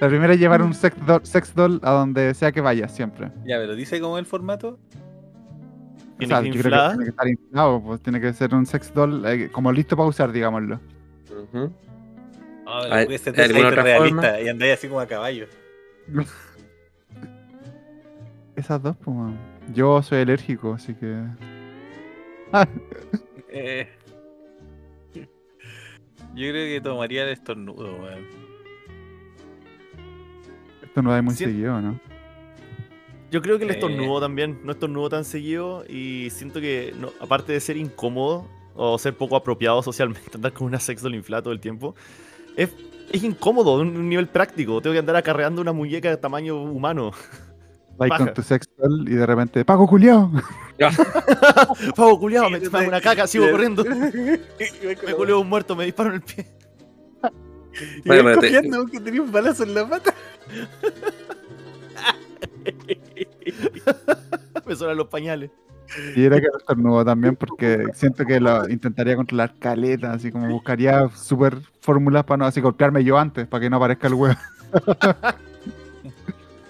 Speaker 4: La primera es llevar un sex doll, sex doll a donde sea que vayas, siempre.
Speaker 3: Ya, pero dice cómo es el formato.
Speaker 4: O
Speaker 2: Tiene
Speaker 4: sea,
Speaker 2: que
Speaker 4: yo creo que
Speaker 2: inflada.
Speaker 4: tiene que estar inflado, pues tiene que ser un sex doll eh, como listo para usar, digámoslo.
Speaker 1: Ujú.
Speaker 3: Ah,
Speaker 1: Ah,
Speaker 3: pues,
Speaker 1: ¿de alguna otra
Speaker 3: realista y andáis así como a caballo.
Speaker 4: Esas dos, pues. weón. Yo soy alérgico, así que.
Speaker 3: Eh, Yo creo que tomaría el estornudo, weón.
Speaker 4: Esto no da muy
Speaker 2: Sí.
Speaker 4: seguido, ¿no?
Speaker 2: Yo creo que el
Speaker 3: Eh.
Speaker 2: estornudo también, no estornudo tan seguido y siento que, no, aparte de ser incómodo o ser poco apropiado [LAUGHS] socialmente, andar con una sex doll inflada todo el tiempo, es, es incómodo de un, un nivel práctico. Tengo que andar acarreando una muñeca de tamaño humano. [LAUGHS]
Speaker 4: Vas
Speaker 2: Paja.
Speaker 4: con tu sex doll y de repente. ¡Paco culiao!
Speaker 2: Pavo culiado, me
Speaker 3: Sí,
Speaker 2: me hago una caca, sigo
Speaker 3: sí.
Speaker 2: corriendo. [LAUGHS] Me
Speaker 3: Me
Speaker 2: culeo un muerto, me disparo en el pie. [LAUGHS]
Speaker 1: Bueno, pero te-
Speaker 3: que tenía un balazo en la pata.
Speaker 2: Me suenan los pañales.
Speaker 4: [LAUGHS] Y era que lo estornudo también, porque siento que lo intentaría controlar caleta, así como buscaría super fórmulas para no así golpearme yo antes, para que no aparezca el huevo.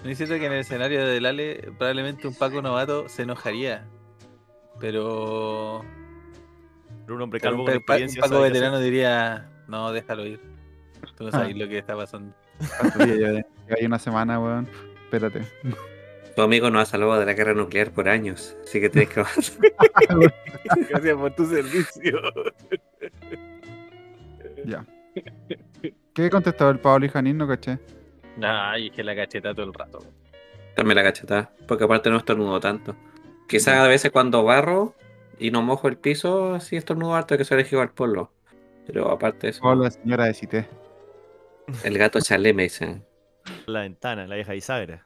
Speaker 3: No es cierto que en el escenario del Ale probablemente un Paco novato se enojaría. Pero.
Speaker 2: Pero un hombre
Speaker 3: pero
Speaker 2: calvo con
Speaker 3: un, pa- un
Speaker 2: experiencia.
Speaker 3: Paco
Speaker 2: sabe qué hacer.
Speaker 3: veterano diría: No, déjalo ir. Tú no sabes lo que está pasando.
Speaker 4: Oye, yo de- Hay una semana, weón. Espérate.
Speaker 1: Tu amigo nos ha salvado de la guerra nuclear por años. Así que tienes que.
Speaker 3: Gracias por tu servicio.
Speaker 4: ¿Qué contestó el Pablo y Janine? No caché.
Speaker 3: Ay, es que la cacheta todo el rato.
Speaker 1: [LAUGHS] Dame la cacheta, porque aparte no estornudo tanto. Quizás a veces cuando barro y no mojo el piso, sí estornudo harto que soy elegido al polvo. Pero aparte de eso,
Speaker 4: Hola, señora de Cité. [LAUGHS]
Speaker 1: el gato chalé me dicen.
Speaker 2: La ventana, la vieja bisagra.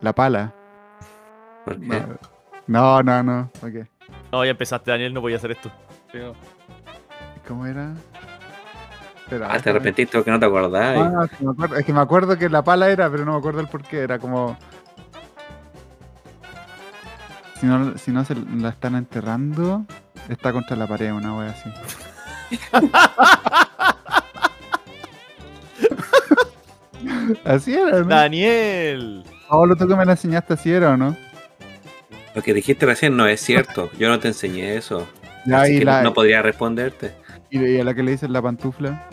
Speaker 4: La pala.
Speaker 1: Porque
Speaker 4: No, no, no. Ok.
Speaker 2: No, ya empezaste, Daniel, no voy a hacer esto.
Speaker 3: Creo.
Speaker 4: ¿Cómo era? Espera,
Speaker 1: ah, te
Speaker 4: déjame-
Speaker 1: arrepentiste porque no te acordás. y-
Speaker 4: Ah, sí me acuerdo. Es que me acuerdo que la pala era, pero no me acuerdo el por qué. Era como. Si no, si no se la están enterrando, está contra la pared, una wea
Speaker 1: [LAUGHS]
Speaker 4: así. así era, ¿no?
Speaker 2: ¡Daniel!
Speaker 4: Pablo, tú que me la enseñaste, así era, ¿o no?
Speaker 1: Lo que dijiste recién no es cierto. Yo no te enseñé eso.
Speaker 4: Ya,
Speaker 1: así
Speaker 4: y,
Speaker 1: que
Speaker 4: la,
Speaker 1: no podría responderte.
Speaker 4: y- y a la que le dicen la pantufla.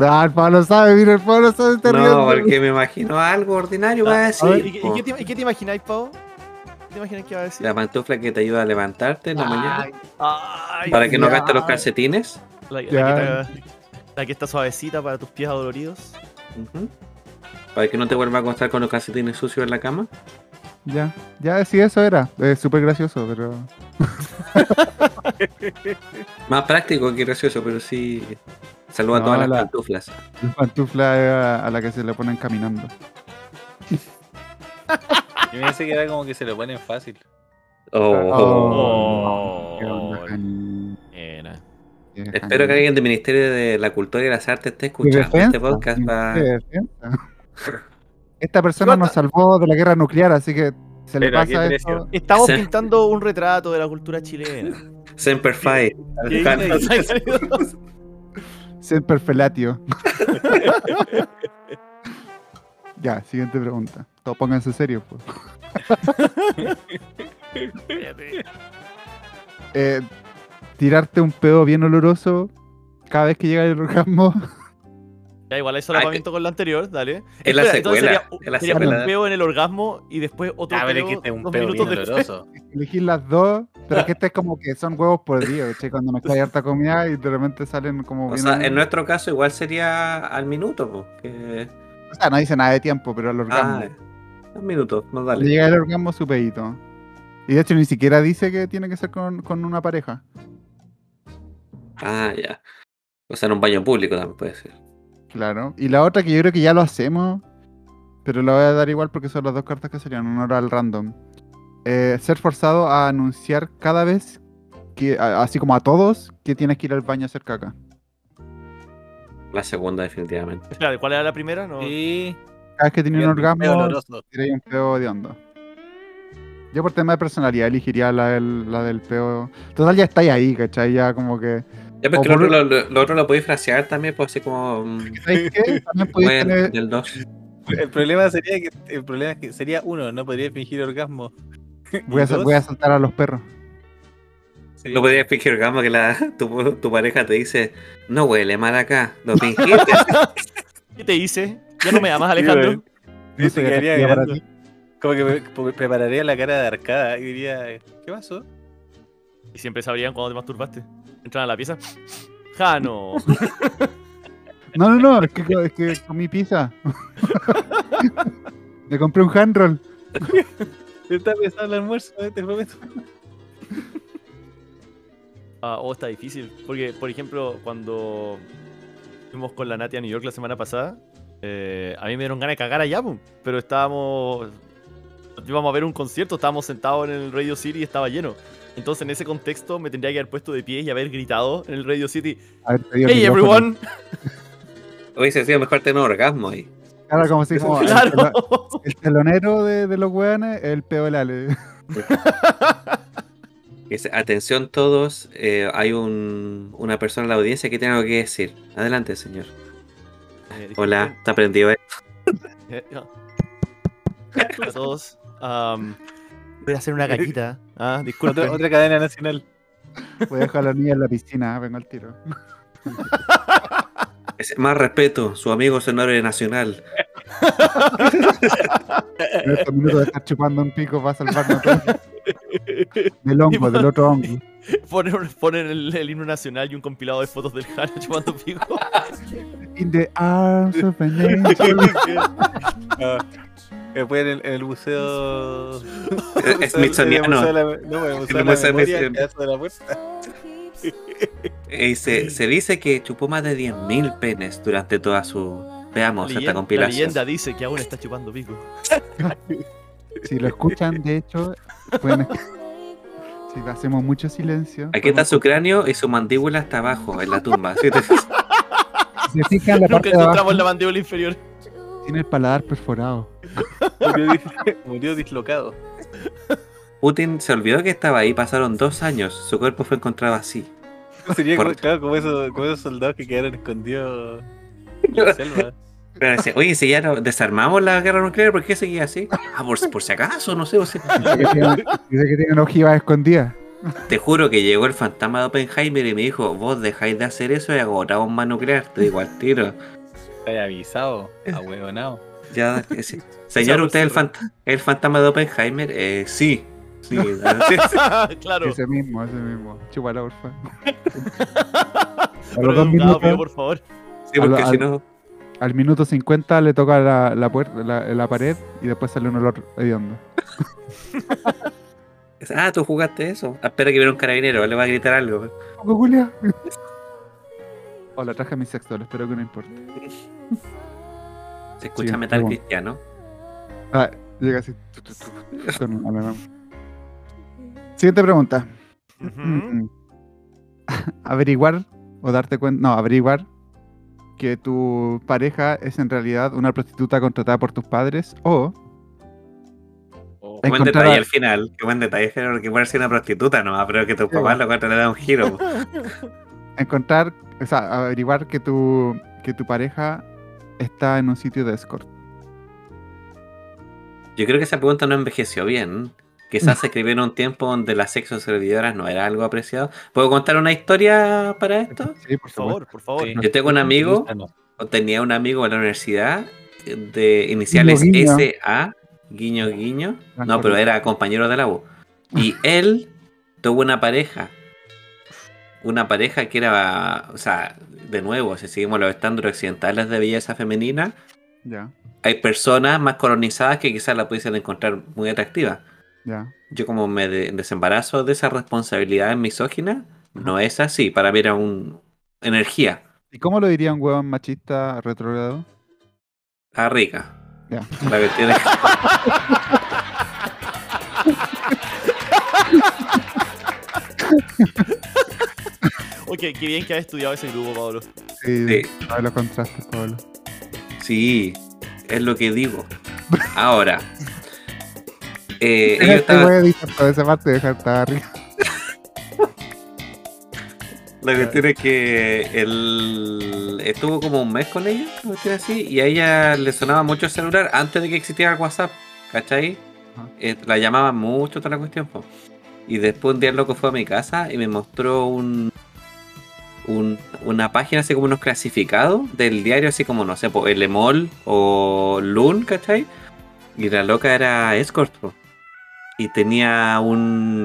Speaker 4: Ah, el Pablo sabe, mira, el Pablo sabe, está riendo.
Speaker 1: No, porque me imagino algo ordinario.
Speaker 4: Ah,
Speaker 1: va a decir,
Speaker 2: A ver, ¿y, qué- y
Speaker 1: po.
Speaker 2: qué te, y qué te imagináis, Pau? ¿Qué te imagináis que va a decir?
Speaker 1: La pantufla que te ayuda a levantarte en la mañana
Speaker 2: Ay,
Speaker 1: para que no
Speaker 4: ya.
Speaker 1: gastes los calcetines.
Speaker 2: la, la
Speaker 4: Ya.
Speaker 2: que está, la que está suavecita para tus pies adoloridos.
Speaker 1: Ujú. Para que no te vuelva a acostar con los calcetines sucios en la cama.
Speaker 4: Ya, ya, sí, eso era. Es súper gracioso, [LAUGHS] pero.
Speaker 1: Más práctico que gracioso, pero sí. Saluda
Speaker 4: No,
Speaker 1: a todas las
Speaker 4: la-
Speaker 1: pantuflas.
Speaker 4: La pantufla es a, a la que se le ponen caminando.
Speaker 3: Yo me pensé que era como que se lo ponen fácil.
Speaker 1: Oh,
Speaker 4: Oh. Qué
Speaker 2: Oh,
Speaker 4: onda, Jani,
Speaker 2: nena.
Speaker 4: qué
Speaker 1: Espero
Speaker 4: Jani.
Speaker 1: que alguien del Ministerio de la Cultura y las Artes esté
Speaker 4: Mi
Speaker 1: escuchando
Speaker 4: defensa,
Speaker 1: este podcast.
Speaker 4: mi
Speaker 1: pa- [LAUGHS]
Speaker 4: defensa. Esta persona nos salvó de la guerra nuclear, así que se le
Speaker 3: Pero ¿a qué
Speaker 4: pasa
Speaker 3: precio?
Speaker 4: esto.
Speaker 2: Estamos
Speaker 1: Sí.
Speaker 2: pintando un retrato de la
Speaker 1: [LAUGHS]
Speaker 2: cultura chilena.
Speaker 1: Semper Fi.
Speaker 3: ¿Qué dice ahí?
Speaker 4: Semper felatio. [LAUGHS] ya, siguiente pregunta. Todo pónganse serio, pues. Eh, tirarte un pedo bien oloroso cada vez que llega el orgasmo.
Speaker 2: ya, igual hay
Speaker 1: Ah,
Speaker 2: solapamiento con la anterior, dale.
Speaker 1: Es la
Speaker 2: Espera, entonces
Speaker 1: secuela.
Speaker 2: sería-
Speaker 1: Es la
Speaker 2: sería
Speaker 1: secuela.
Speaker 2: un peo en el orgasmo y después otro
Speaker 3: Ah, pero es
Speaker 2: peo
Speaker 3: que este es un
Speaker 2: dos
Speaker 3: peo bien
Speaker 2: minutos después.
Speaker 3: doloroso.
Speaker 4: elegir las dos, pero que este es como que son huevos por día, ¿cachai? Cuando mezclas harta comida y de repente salen como
Speaker 1: O
Speaker 4: bien-
Speaker 1: sea, en nuestro caso igual sería al minuto, po, que-
Speaker 4: O sea, no dice nada de tiempo, pero al orgasmo.
Speaker 1: Ah, un minuto, no
Speaker 4: Cuando
Speaker 1: dale.
Speaker 4: Llega el orgasmo su pedito. Y de hecho ni siquiera dice que tiene que ser con, con una pareja.
Speaker 1: Ah, ya. O sea, en un baño público también puede ser.
Speaker 4: Claro. Y la otra que yo creo que ya lo hacemos, pero la voy a dar igual porque son las dos cartas que serían honor al random. Eh, ser forzado a anunciar cada vez, que, a- así como a todos, que tienes que ir al baño a hacer caca.
Speaker 1: La segunda, definitivamente.
Speaker 2: Claro, ¿cuál era la primera? No.
Speaker 3: Sí.
Speaker 4: Cada vez que tiene un
Speaker 3: Peo
Speaker 4: orgasmo,
Speaker 3: oloroso.
Speaker 4: Tiraría un peo de hondo. Yo por tema de personalidad elegiría la del, la del peo. Total, ya estáis ahí, ¿cachai? Ya como que.
Speaker 1: Ya, pero es
Speaker 4: O
Speaker 1: que lo
Speaker 4: por-
Speaker 1: otro lo, lo- lo otro lo podéis frasear también, pues así como.
Speaker 4: [LAUGHS]
Speaker 1: mm,
Speaker 4: ¿Sabéis
Speaker 3: [LAUGHS]
Speaker 4: qué? También podéis
Speaker 1: Bueno,
Speaker 4: tener.
Speaker 1: del 2.
Speaker 3: El problema sería que el problema es que sería uno, no podría fingir orgasmo.
Speaker 4: [LAUGHS] Voy a,
Speaker 3: ¿Y
Speaker 4: sa-
Speaker 3: dos?
Speaker 4: voy a saltar a los perros.
Speaker 3: Sería-
Speaker 1: No podrías fingir gama que la, [LAUGHS] tu, tu pareja te dice, no huele mal acá, lo
Speaker 4: [LAUGHS]
Speaker 1: fingiste.
Speaker 2: ¿Qué te hice? ¿Ya no me amas, Alejandro?
Speaker 4: No
Speaker 3: eh. Dice
Speaker 4: sé,
Speaker 3: que
Speaker 4: ya
Speaker 3: haría
Speaker 4: te- ya para
Speaker 3: grande.
Speaker 4: ti.
Speaker 3: Como que me- como que prepararía la cara de arcada y diría, ¿qué pasó?
Speaker 2: Y siempre sabrían cuando te masturbaste. Entran a la pieza. Jano.
Speaker 4: No, no, no, es que, es que comí pizza. Me compré un handroll.
Speaker 3: Está pesado el almuerzo, eh, te prometo.
Speaker 2: Ah, oh, está difícil. Porque, por ejemplo, cuando fuimos con la Nati a New York la semana pasada, eh, a mí me dieron ganas de cagar allá, pum. pero estábamos. íbamos a ver un concierto, estábamos sentados en el Radio City y estaba lleno. Entonces, en ese contexto, me tendría que haber puesto de pie y haber gritado en el Radio City:
Speaker 4: A ver, te dio el
Speaker 2: ¡Hey,
Speaker 4: micrófono. [LAUGHS]
Speaker 2: everyone!
Speaker 1: Hubiese sido mejor tener un orgasmo ahí.
Speaker 4: Claro, como si como el,
Speaker 2: ¡Claro!
Speaker 4: telo- [LAUGHS] el telonero de, de los weones, el peo del Ale.
Speaker 1: Dice, atención todos, eh, hay un, una persona en la audiencia que tiene algo que decir. Adelante, señor.
Speaker 2: Eh,
Speaker 1: Hola, está prendido, eh?
Speaker 2: Eh, no. Hola a todos. Am, voy a hacer una gallita. Ah, disculpen.
Speaker 3: Otra,
Speaker 4: [LAUGHS]
Speaker 3: otra cadena nacional.
Speaker 4: Voy a dejar a los niños en la piscina, ah, vengo al tiro.
Speaker 1: Dice, Más respeto, su amigo es honor
Speaker 2: [LAUGHS]
Speaker 1: nacional.
Speaker 4: En estos minutos de estar chupando un pico va a
Speaker 2: [LAUGHS]
Speaker 4: salvarnos todos. Del hongo, del otro hongo.
Speaker 2: Ponen, ponen el, el himno nacional y un compilado de fotos del Jano chupando pico.
Speaker 4: In the arms of
Speaker 3: [LAUGHS]
Speaker 4: an angel.
Speaker 3: No. Después Ah, en el, en el museo.
Speaker 1: Eh, Smithsoniano.
Speaker 3: En el museo de la, no, en el museo de
Speaker 1: El
Speaker 3: la
Speaker 1: museo
Speaker 3: memoria, el
Speaker 1: Smithsoniano.
Speaker 3: pedazo de la puerta.
Speaker 1: Y Eh, se, se dice que chupó más de 10.000 penes durante toda su. Veamos
Speaker 2: Leyen-
Speaker 1: esta
Speaker 2: la
Speaker 1: compilación.
Speaker 2: leyenda dice que aún está chupando pico.
Speaker 4: Si lo escuchan, de hecho, pueden- si hacemos mucho silencio.
Speaker 1: Aquí está su cráneo y su mandíbula está abajo en la tumba.
Speaker 2: [LAUGHS]
Speaker 1: ¿sí?
Speaker 4: Si se fijan la
Speaker 2: Nunca
Speaker 4: parte de abajo,
Speaker 2: encontramos la mandíbula inferior.
Speaker 4: tiene el paladar perforado.
Speaker 3: [LAUGHS] Murió, dis- [LAUGHS] murió dislocado.
Speaker 1: Putin se olvidó que estaba ahí, pasaron dos años, su cuerpo fue encontrado así.
Speaker 3: Sería
Speaker 1: Por-
Speaker 3: como, claro, como, esos, como esos soldados que quedaron escondidos en la selva.
Speaker 1: Pero decía, oye, si ya no- desarmamos la guerra nuclear, ¿por qué seguía así? Ah, por, por si acaso, no sé, o sea,
Speaker 4: Dice que tiene, dice que tiene una ojiva escondida.
Speaker 1: Te juro que llegó el fantasma de Oppenheimer y me dijo, vos dejáis de hacer eso y agotamos más nuclear. Te digo al tiro.
Speaker 3: Está avisado,
Speaker 2: [LAUGHS]
Speaker 3: ahueonado.
Speaker 1: Ya, que
Speaker 4: [LAUGHS]
Speaker 1: sí. Señor, ¿usted es el, fanta- el fantasma de Oppenheimer? Eh, sí.
Speaker 4: [LAUGHS]
Speaker 1: Sí, ah, sí, sí.
Speaker 2: Ah, claro.
Speaker 4: Ese mismo, ese mismo.
Speaker 2: [LAUGHS]
Speaker 4: Chúpala, porfa. A
Speaker 2: Pero
Speaker 4: los
Speaker 2: educado,
Speaker 4: dos minutos-
Speaker 2: pido, por favor.
Speaker 1: Sí, porque si no...
Speaker 4: Al minuto 50 le toca la, la, puer- la, la pared y después sale un olor hediondo.
Speaker 1: Ah, tú jugaste eso. Ah, Espera que viene un carabinero, le va a gritar algo.
Speaker 4: ¡Coco Julia! Hola, traje mi sexto, espero que no importe.
Speaker 1: Se escucha
Speaker 4: Sí,
Speaker 1: metal
Speaker 4: bueno.
Speaker 1: cristiano.
Speaker 4: Ah, llega así. tu, tu, tu, con un alarma. Siguiente pregunta.
Speaker 2: Ujú.
Speaker 4: Mm. [LAUGHS] averiguar o darte cuenta, no, averiguar que tu pareja es en realidad una prostituta contratada por tus padres o
Speaker 1: Qué buen
Speaker 4: Encontrar
Speaker 1: detalle
Speaker 4: a-
Speaker 1: al final. Qué buen detalle, pero que puede ser una prostituta nomás, pero que tus papás lo cuentan le dan un
Speaker 4: [LAUGHS]
Speaker 1: giro.
Speaker 4: encontrar, o sea, averiguar que tu, que tu pareja está en un sitio de escort.
Speaker 1: Yo creo que esa pregunta no envejeció bien. Quizás se escribió en un tiempo donde las sexo servidoras no era algo apreciado. ¿Puedo contar una historia para esto?
Speaker 4: Sí, por
Speaker 2: Por
Speaker 4: favor.
Speaker 2: favor, por favor.
Speaker 1: Yo tengo un amigo, o tenía un amigo en la universidad eh, de iniciales
Speaker 4: Guiño, guiño.
Speaker 1: SA, guiño guiño. No,
Speaker 4: Me
Speaker 1: pero
Speaker 4: acuerdo. Ah.
Speaker 1: era compañero de la U. Y él tuvo una pareja. Una pareja que era, o sea, de nuevo, si seguimos los estándares occidentales de belleza femenina,
Speaker 4: Ya,
Speaker 1: hay personas más colonizadas que quizás la pudiesen encontrar muy atractiva.
Speaker 4: ya.
Speaker 1: Yo como me de- desembarazo de esa responsabilidad misógina, no es así. Para mí era un energía.
Speaker 4: ¿Y cómo lo diría un huevón machista retrogrado?
Speaker 1: Ah, rica.
Speaker 4: Ya.
Speaker 1: La que tiene-
Speaker 2: Ok, qué bien que has estudiado ese grupo, Pablo.
Speaker 4: Sí,
Speaker 1: Sí,
Speaker 4: sabe los contrastes, Pablo.
Speaker 1: sí, es lo que digo. Ahora, eh, ellos
Speaker 4: [LAUGHS] Este
Speaker 1: estaban-
Speaker 4: voy a editar toda esa parte de dejar estar arriba.
Speaker 1: La cuestión es que él estuvo como un mes con ella, una cuestión así, y a ella le sonaba mucho el celular antes de que existiera WhatsApp, ¿cachai?
Speaker 4: Ajá.
Speaker 1: Eh, la llamaba mucho toda la cuestión. po. Y después un día el loco fue a mi casa y me mostró un, un- una página así como unos clasificados del diario, así como, no sé, po, el Emol o Loon, ¿cachai? Y la loca era escort, po. Y tenía un,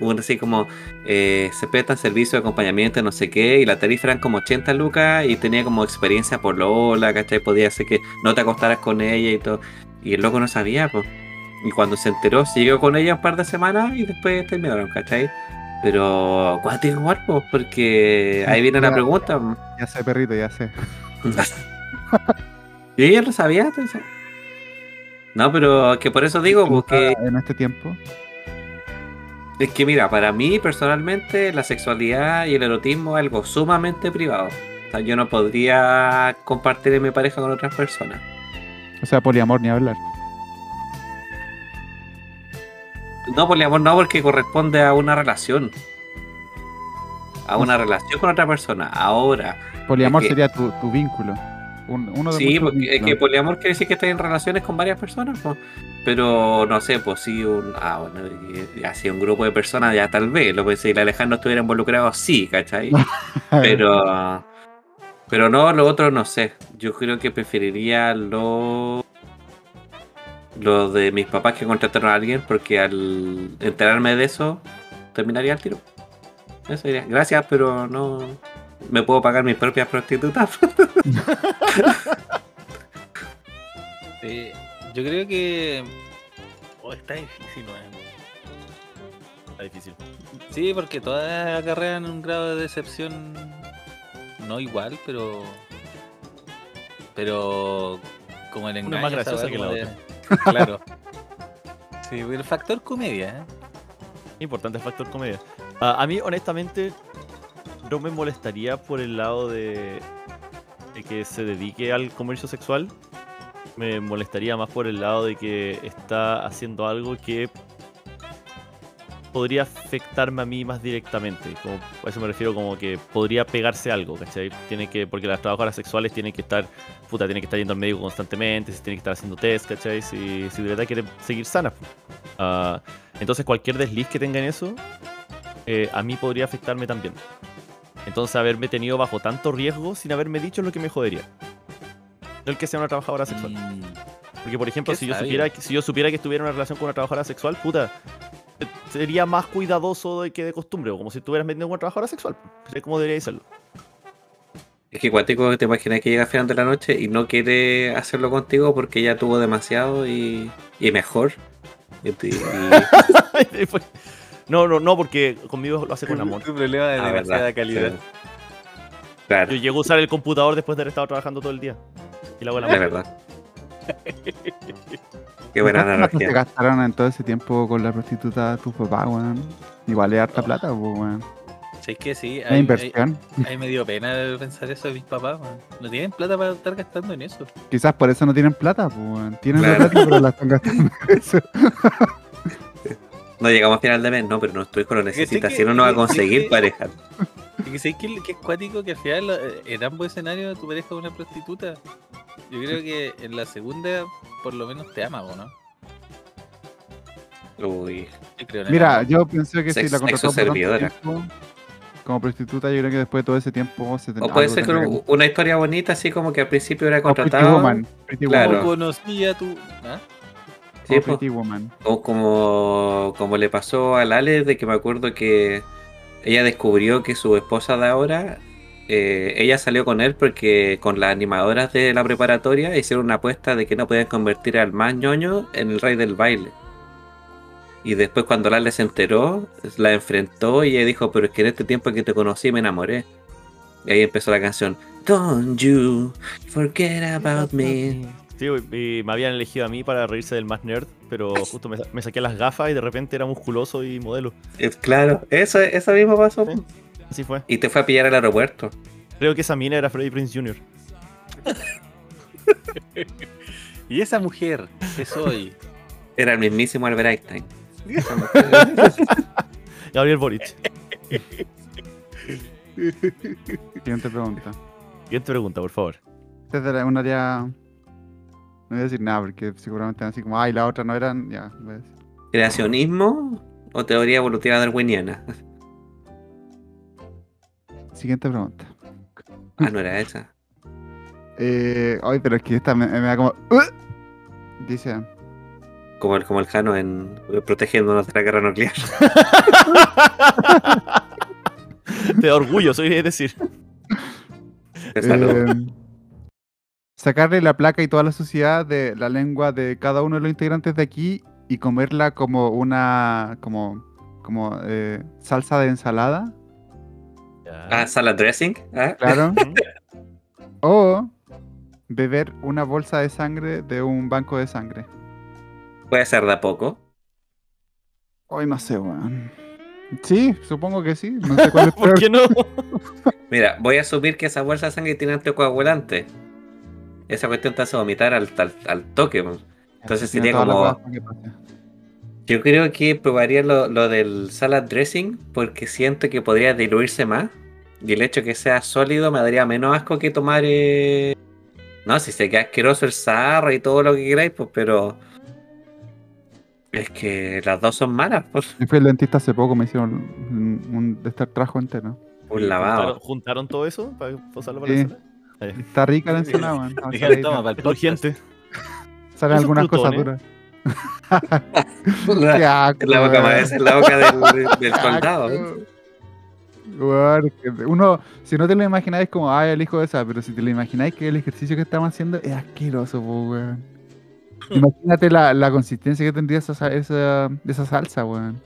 Speaker 1: un así como eh, se prestan servicio de acompañamiento, no sé qué, y la tarifa eran como 80 lucas y tenía como experiencia por Lola, ¿cachai? Podía ser que no te acostaras con ella y todo. Y el loco no sabía, pues. Y cuando se enteró, siguió con ella un par de semanas y después terminaron, ¿cachai? Pero, ¿cuál tiene cuerpo? Porque ahí viene la pregunta.
Speaker 4: Ya sé, perrito, ya sé.
Speaker 1: [LAUGHS] y ella lo sabía, entonces. No, pero que por eso digo, porque
Speaker 4: En este tiempo.
Speaker 1: Es que mira, para mí personalmente la sexualidad y el erotismo es algo sumamente privado. O sea, yo no podría compartir en mi pareja con otras personas.
Speaker 4: O sea, poliamor ni hablar.
Speaker 1: No, poliamor no, porque corresponde a una relación. A una relación con otra persona. Ahora,
Speaker 4: Poliamor
Speaker 1: Es que-
Speaker 4: sería tu, tu vínculo. Un- uno de
Speaker 1: sí,
Speaker 4: muchos
Speaker 1: porque es que
Speaker 4: vínculos.
Speaker 1: poliamor quiere decir que estás en relaciones con varias personas. po. Pero no sé, pues sí, un, ah, bueno, y- y así un grupo de personas, ya tal vez. Lo que si el Alejandro estuviera involucrado, sí, ¿cachai?
Speaker 4: [LAUGHS]
Speaker 1: Pero. Pero no, lo otro no sé. Yo creo que preferiría lo. Lo de mis papás que contrataron a alguien, porque al enterarme de eso, terminaría el tiro. Eso diría. Gracias, pero no. me puedo pagar mis propias prostitutas.
Speaker 3: Eh, yo creo que. Oh, está difícil, weón.
Speaker 2: Está difícil.
Speaker 3: Sí, porque todas acarrean un grado de decepción. No igual, pero. Pero. Como el engaño.
Speaker 2: Una más
Speaker 3: esa
Speaker 2: graciosa
Speaker 3: weá
Speaker 2: que
Speaker 3: como
Speaker 2: la
Speaker 3: de- [LAUGHS] Claro. Sí, el factor comedia, ¿eh?
Speaker 2: Importante el factor comedia. Ah, a mí, honestamente, no me molestaría por el lado de, de que se dedique al comercio sexual. Me molestaría más por el lado de que está haciendo algo que podría afectarme a mí más directamente. Como, a eso me refiero como que podría pegarse algo, ¿cachai? Tiene que, porque las trabajadoras sexuales tienen que estar, puta, tienen que estar yendo al médico constantemente, se tienen que estar haciendo test, ¿cachai? Si, si de verdad quieren seguir sanas. pues. Ah, entonces cualquier desliz que tenga en eso, eh, a mí podría afectarme también. Entonces haberme tenido bajo tanto riesgo sin haberme dicho es lo que me jodería. No el que sea una trabajadora sexual.
Speaker 3: Mm,
Speaker 2: Porque por ejemplo,
Speaker 3: qué
Speaker 2: si yo,
Speaker 3: sabio.
Speaker 2: supiera, que- si yo supiera que estuviera en una relación con una trabajadora sexual, puta, eh, sería más cuidadoso de que de costumbre, o como si estuvieras metiendo con una trabajadora sexual. Sería como debería [LAUGHS] serlo.
Speaker 1: Es que cuático, te imaginas que llega al final de la noche y no quiere hacerlo contigo porque ya tuvo demasiado y, y mejor.
Speaker 3: [LAUGHS]
Speaker 1: Y te- y-
Speaker 2: no, no, no, porque conmigo lo hace con amor.
Speaker 3: Tu problema de
Speaker 1: Ah,
Speaker 3: demasiada
Speaker 1: verdad,
Speaker 3: calidad.
Speaker 1: sí. Claro,
Speaker 2: Yo llego a usar el computador después de haber estado trabajando todo el día. Y la
Speaker 1: es
Speaker 2: abuela
Speaker 3: [LAUGHS]
Speaker 1: verdad. Qué buena
Speaker 4: ¿Cuánto te
Speaker 1: analogía.
Speaker 4: gastaron en todo ese tiempo con la prostituta de tus papás, weón? Igual es harta plata, pues, weón.
Speaker 3: ¿Sabes qué? Sí,
Speaker 4: Es
Speaker 3: ahí, ahí,
Speaker 4: inversión.
Speaker 3: ahí me dio pena pensar eso de mis papás, man. No tienen plata para estar gastando en eso.
Speaker 4: Quizás por eso no tienen plata, pues, weón. Tienen la
Speaker 1: Claro.
Speaker 4: plata, pero la están gastando en eso.
Speaker 1: No llegamos a final de mes, no, pero nuestro hijo lo
Speaker 3: que sí
Speaker 1: necesita.
Speaker 3: que-
Speaker 1: Si no, no va a
Speaker 3: que sí
Speaker 1: conseguir
Speaker 3: que-
Speaker 1: pareja.
Speaker 3: Y que sabéis que, que es cuático que al final eh, en ambos escenarios tu pareja es una prostituta. Yo creo que en la segunda por lo menos te ama, ¿o no?
Speaker 1: Uy,
Speaker 3: Yo creo en el
Speaker 4: Mira,
Speaker 3: amor.
Speaker 4: yo pensé que si
Speaker 1: Sex-
Speaker 4: la contrató por tanto
Speaker 1: sexoservidora.
Speaker 4: tiempo, como prostituta, yo creo que después de todo ese tiempo se
Speaker 1: O puede ser que
Speaker 4: como
Speaker 1: un- una historia bonita, así como que al principio era
Speaker 4: Pretty
Speaker 1: contratado.
Speaker 4: Woman. Pretty
Speaker 1: Claro.
Speaker 3: ¿Cómo
Speaker 4: Woman.
Speaker 3: conocí a tu...? ¿Ah?
Speaker 1: sí, pues.
Speaker 4: como
Speaker 1: po.
Speaker 4: Pretty Woman.
Speaker 1: O como, como le pasó a Ale, de que me acuerdo que ella descubrió que su esposa de ahora, eh, ella salió con él porque con las animadoras de la preparatoria hicieron una apuesta de que no podían convertir al más ñoño en el rey del baile. Y después cuando Ale se enteró, la enfrentó y ella dijo, pero es que en este tiempo que te conocí me enamoré. Y ahí empezó la canción. Don't you forget about
Speaker 2: [LAUGHS]
Speaker 1: me.
Speaker 2: Sí, güey, y me habían elegido a mí para reírse del más nerd, pero justo me, sa- me saqué las gafas y de repente era musculoso y modelo.
Speaker 1: Eh, Claro, eso, eso mismo pasó.
Speaker 2: Sí. Así fue.
Speaker 1: Y te fue a pillar al aeropuerto.
Speaker 2: Creo que esa mina era Freddy Prince Jr.
Speaker 3: Y esa mujer que soy.
Speaker 1: Era el mismísimo Albert Einstein.
Speaker 4: [LAUGHS]
Speaker 2: Gabriel Boric.
Speaker 4: Siguiente pregunta.
Speaker 2: Siguiente pregunta, por favor.
Speaker 4: Esta es de la- un área. No voy a decir nada porque seguramente van a decir como, ay, la otra no eran. Ya, pues. voy a decir.
Speaker 1: ¿Creacionismo o teoría evolutiva darwiniana?
Speaker 4: Siguiente pregunta.
Speaker 1: Ah, no era esa.
Speaker 4: Eh, ay, pero es que esta me, me da como. "Uh". Dice.
Speaker 1: Como el, como el Jano en protegiéndonos de la guerra nuclear.
Speaker 2: Te da orgullo, soy de decir.
Speaker 1: Te saludo.
Speaker 4: eh, sacarle la placa y toda la suciedad de la lengua de cada uno de los integrantes de aquí y comerla como una. como. como eh, salsa de ensalada,
Speaker 1: ah, salad dressing. Ah,
Speaker 2: [LAUGHS]
Speaker 4: claro.
Speaker 2: Ujú.
Speaker 4: o beber una bolsa de sangre de un banco de sangre.
Speaker 1: puede ser de a poco.
Speaker 4: Hoy no sé, weón. Sí, supongo que sí. No sé [LAUGHS] cuál es
Speaker 2: ¿Por
Speaker 4: peor.
Speaker 2: qué no? [LAUGHS]
Speaker 1: Mira, voy a asumir que esa bolsa de sangre tiene anticoagulante. Esa cuestión te hace vomitar al, al, al toque. man. Entonces
Speaker 4: Tiene
Speaker 1: sería
Speaker 4: todas las
Speaker 1: como-
Speaker 4: weas para que pase.
Speaker 1: Yo creo que probaría lo, lo del salad dressing porque siento que podría diluirse más. Y el hecho que sea sólido me daría menos asco que tomar. eh, No, si se queda asqueroso el Sahara y todo lo que queráis, pues, pero. Es que las dos son malas, pues.
Speaker 4: Yo fui al dentista hace poco, me hicieron un, un- de este trajo entero.
Speaker 1: Un
Speaker 2: ¿Juntaron,
Speaker 1: lavado.
Speaker 2: juntaron todo eso para pasarlo para
Speaker 4: Sí.
Speaker 2: la sala?
Speaker 4: Está rica la ensalada,
Speaker 1: [LAUGHS]
Speaker 4: weón.
Speaker 3: Dijeron, toma, para el
Speaker 2: Es
Speaker 3: podcast.
Speaker 2: urgente.
Speaker 4: Salen
Speaker 2: esos
Speaker 4: algunas cosas
Speaker 1: ¿eh?
Speaker 4: duras.
Speaker 2: crutones.
Speaker 1: La,
Speaker 4: Qué asco,
Speaker 1: [LAUGHS] la boca
Speaker 4: weón.
Speaker 1: más es la boca del, del
Speaker 4: Qué
Speaker 1: soldado.
Speaker 4: asco. Weón, que uno, si no te lo imagináis como, ay, el hijo de esa, pero si te lo imagináis que el ejercicio que estamos haciendo es asqueroso, po, weón.
Speaker 1: Hmm.
Speaker 4: Imagínate la, la consistencia que tendría esa, sa- esa, esa salsa, weón.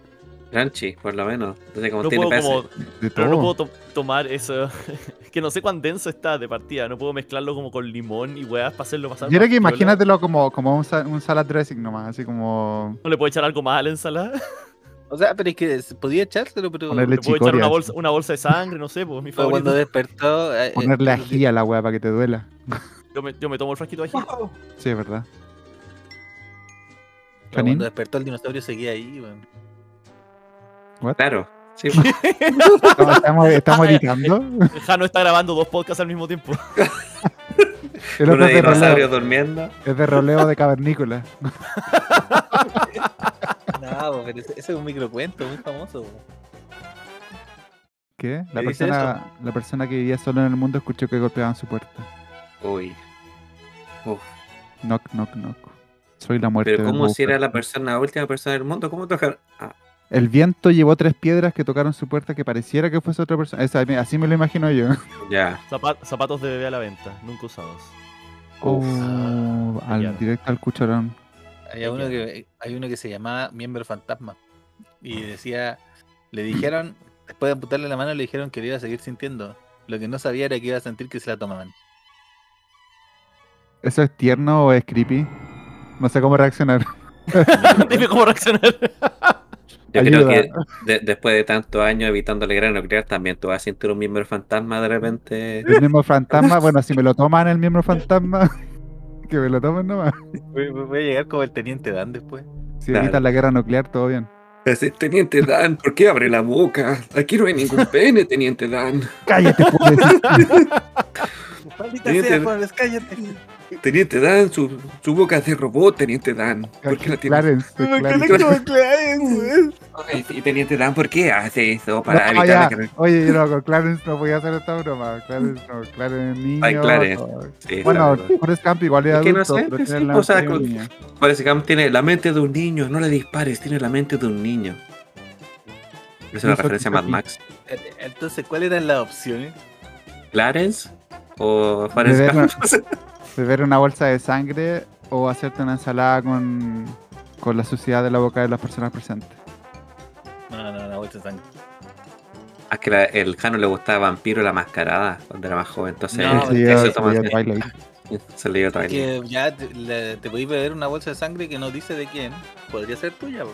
Speaker 1: Crunchy, por lo menos. Entonces, como
Speaker 2: No
Speaker 1: tiene peces.
Speaker 2: puedo, como,
Speaker 4: De
Speaker 2: pero no
Speaker 4: todo.
Speaker 2: puedo to- tomar eso. [LAUGHS] Es que no sé cuán denso está de partida. No puedo mezclarlo como con limón y weas para hacerlo pasar.
Speaker 4: Yo creo
Speaker 2: más
Speaker 4: que
Speaker 2: piola.
Speaker 4: imagínatelo como, como un, sa- un salad dressing nomás, así como
Speaker 2: No le puedo echar algo más a la ensalada.
Speaker 3: O sea, pero es que se podía echárselo, pero.
Speaker 4: ponerle
Speaker 2: Le puedo echar una
Speaker 4: chicoria.
Speaker 2: bolsa, una bolsa de sangre, no sé, pues mi
Speaker 3: pero cuando
Speaker 2: favorito.
Speaker 3: despertó. eh, eh,
Speaker 4: Ponerle
Speaker 3: eh,
Speaker 4: ají a la weá para que te duela.
Speaker 2: Yo me, yo me tomo el frasquito de ají.
Speaker 4: Sí, es verdad.
Speaker 3: pero
Speaker 4: Canin,
Speaker 3: Cuando despertó el dinosaurio seguía ahí, weón.
Speaker 1: Claro. Sí,
Speaker 4: no, estamos,
Speaker 1: [LAUGHS]
Speaker 4: estamos
Speaker 2: Ah, eh,
Speaker 4: editando.
Speaker 2: El Jano está grabando dos podcasts al mismo tiempo. [LAUGHS]
Speaker 4: El
Speaker 1: uno
Speaker 4: otro
Speaker 1: de
Speaker 4: es de roleo,
Speaker 1: dinosaurios durmiendo.
Speaker 4: es de roleo de cavernícola.
Speaker 3: No, po, pero ese, ese es un microcuento muy famoso. po.
Speaker 4: ¿Qué? La
Speaker 3: ¿Qué dice
Speaker 4: persona, la persona que vivía solo en el mundo escuchó que golpeaban su puerta.
Speaker 1: Uy. Uf.
Speaker 4: Knock, knock, knock. Soy la muerte.
Speaker 1: Pero
Speaker 4: del
Speaker 1: como si era
Speaker 4: Moped.
Speaker 1: la persona, la última persona del mundo, ¿cómo tocar? Ah,
Speaker 4: El viento llevó tres piedras que tocaron su puerta que pareciera que fuese otra persona. Esa- así me lo imagino yo.
Speaker 1: ya.
Speaker 2: Zapa- zapatos de bebé a la venta, nunca usados.
Speaker 1: Uf.
Speaker 4: Oh, al,
Speaker 2: Pillaron.
Speaker 4: directo al cuchorón.
Speaker 3: Había uno que, hay uno que se llamaba Miembro Fantasma. Y decía. Le dijeron. Después de amputarle la mano, le dijeron que le iba a seguir sintiendo. Lo que no sabía era que iba a sentir que se la tomaban.
Speaker 4: ¿Eso es tierno o es creepy? No sé cómo reaccionar. [LAUGHS]
Speaker 2: Dime cómo reaccionar.
Speaker 1: Yo creo
Speaker 4: Ayuda.
Speaker 1: que de- después de tantos años evitando la guerra nuclear, también tú vas a sentir un miembro fantasma de
Speaker 4: [LAUGHS]
Speaker 1: repente.
Speaker 4: El miembro fantasma, bueno, si me lo toman el miembro fantasma, [LAUGHS] que me lo tomen nomás.
Speaker 3: Voy, voy- voy a llegar como el teniente Dan después.
Speaker 4: Si
Speaker 1: Claro.
Speaker 4: evitan la guerra nuclear,
Speaker 1: [LAUGHS]
Speaker 4: todo bien.
Speaker 5: Así, Teniente Dan, ¿por qué abre la boca? Aquí no hay
Speaker 4: [LAUGHS]
Speaker 5: ningún pene, Teniente Dan.
Speaker 4: ¡Cállate, [LAUGHS] pobrecito!
Speaker 5: Teniente, Teniente Dan, su, su boca es de robot, Teniente Dan. ¿Por qué la tiene?
Speaker 4: Clarence, Clarence.
Speaker 5: Y Teniente Dan, ¿por qué hace eso para
Speaker 4: No, ah,
Speaker 5: evitar
Speaker 4: ya.
Speaker 5: la guerra?
Speaker 4: Oye, yo no, con Clarence no podía hacer esta broma. Clarence no, Clarence niño.
Speaker 1: Ay, Clarence.
Speaker 4: no.
Speaker 1: Sí, la
Speaker 4: Bueno,
Speaker 1: verdad.
Speaker 4: Forrest Camp igual era
Speaker 1: Es que no
Speaker 4: adulto,
Speaker 1: sé,
Speaker 4: pero
Speaker 1: pues
Speaker 4: tiene
Speaker 1: sí,
Speaker 4: la
Speaker 1: pues, o sea,
Speaker 4: mente de un
Speaker 1: con-
Speaker 4: niño.
Speaker 1: Forrest Gump tiene la mente de un niño, no le dispares, tiene la mente de un niño. Esa es
Speaker 4: Eso
Speaker 1: una referencia a Mad
Speaker 4: quizás
Speaker 1: Max.
Speaker 3: Eh, Entonces, ¿cuáles eran las opciones?
Speaker 1: ¿Clarence o Forrest
Speaker 4: Bebé,
Speaker 1: Gump?
Speaker 4: Beber una bolsa de sangre o hacerte una ensalada con, con la suciedad de la boca de las personas presentes.
Speaker 3: No, no, no, bolsa de sangre.
Speaker 1: [LAUGHS] Ah, que la- el Jano le gustaba Vampiro la Mascarada cuando era más joven, entonces
Speaker 3: No,
Speaker 4: Sí,
Speaker 1: eso
Speaker 4: yo-
Speaker 1: toma-
Speaker 4: yo Twilight.
Speaker 1: [LAUGHS] se le dio también.
Speaker 3: Que ya te, la- te podéis beber una bolsa de sangre que no dice de quién. Podría ser tuya, po.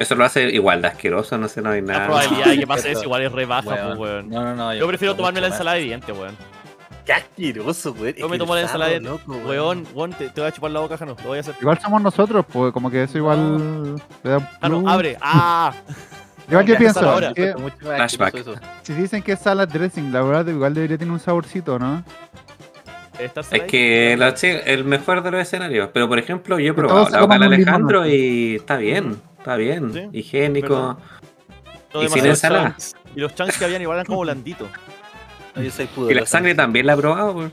Speaker 1: Eso lo hace igual de asqueroso, no sé, no hay
Speaker 2: La
Speaker 1: nada.
Speaker 2: probabilidad de que pase eso igual es re baja, pues,
Speaker 3: Weón.
Speaker 2: weón.
Speaker 3: No, no, no.
Speaker 2: Yo prefiero
Speaker 3: prefiero
Speaker 2: tomarme la
Speaker 3: mucho más.
Speaker 2: ensalada de dientes, weón.
Speaker 3: Qué asqueroso, weón.
Speaker 2: Yo me
Speaker 3: Es
Speaker 2: tomo la
Speaker 3: cruzado,
Speaker 2: ensalada de-
Speaker 3: loco,
Speaker 2: Weón, weón, te, te voy a chupar la boca, Jano. Lo voy a hacer.
Speaker 4: Igual somos nosotros, pues como que eso igual le da un
Speaker 2: Jano,
Speaker 4: plus.
Speaker 2: Ah, abre. ¡Ah!
Speaker 4: Igual yo
Speaker 3: Ya,
Speaker 4: pienso,
Speaker 2: ahora.
Speaker 3: Yo
Speaker 4: que
Speaker 3: encuentro mucho más asqueroso
Speaker 1: Flashback.
Speaker 3: eso.
Speaker 4: si dicen que es salad dressing, la verdad igual debería tener un saborcito, ¿no?
Speaker 1: Es que la- sí, el mejor de los escenarios. Pero por ejemplo, yo he
Speaker 4: Pero
Speaker 1: probado
Speaker 4: todos se
Speaker 1: la boca de
Speaker 4: comen un limón,
Speaker 1: Alejandro
Speaker 4: ¿no?
Speaker 1: y está bien, está bien.
Speaker 2: Sí,
Speaker 1: Higiénico.
Speaker 2: No
Speaker 1: y sin
Speaker 2: demasiados
Speaker 1: ensalada.
Speaker 2: chunks. Y los chunks que habían igual eran como blanditos.
Speaker 3: No, yo soy
Speaker 1: Y la
Speaker 3: pudoroso.
Speaker 1: sangre también la he probado. pues.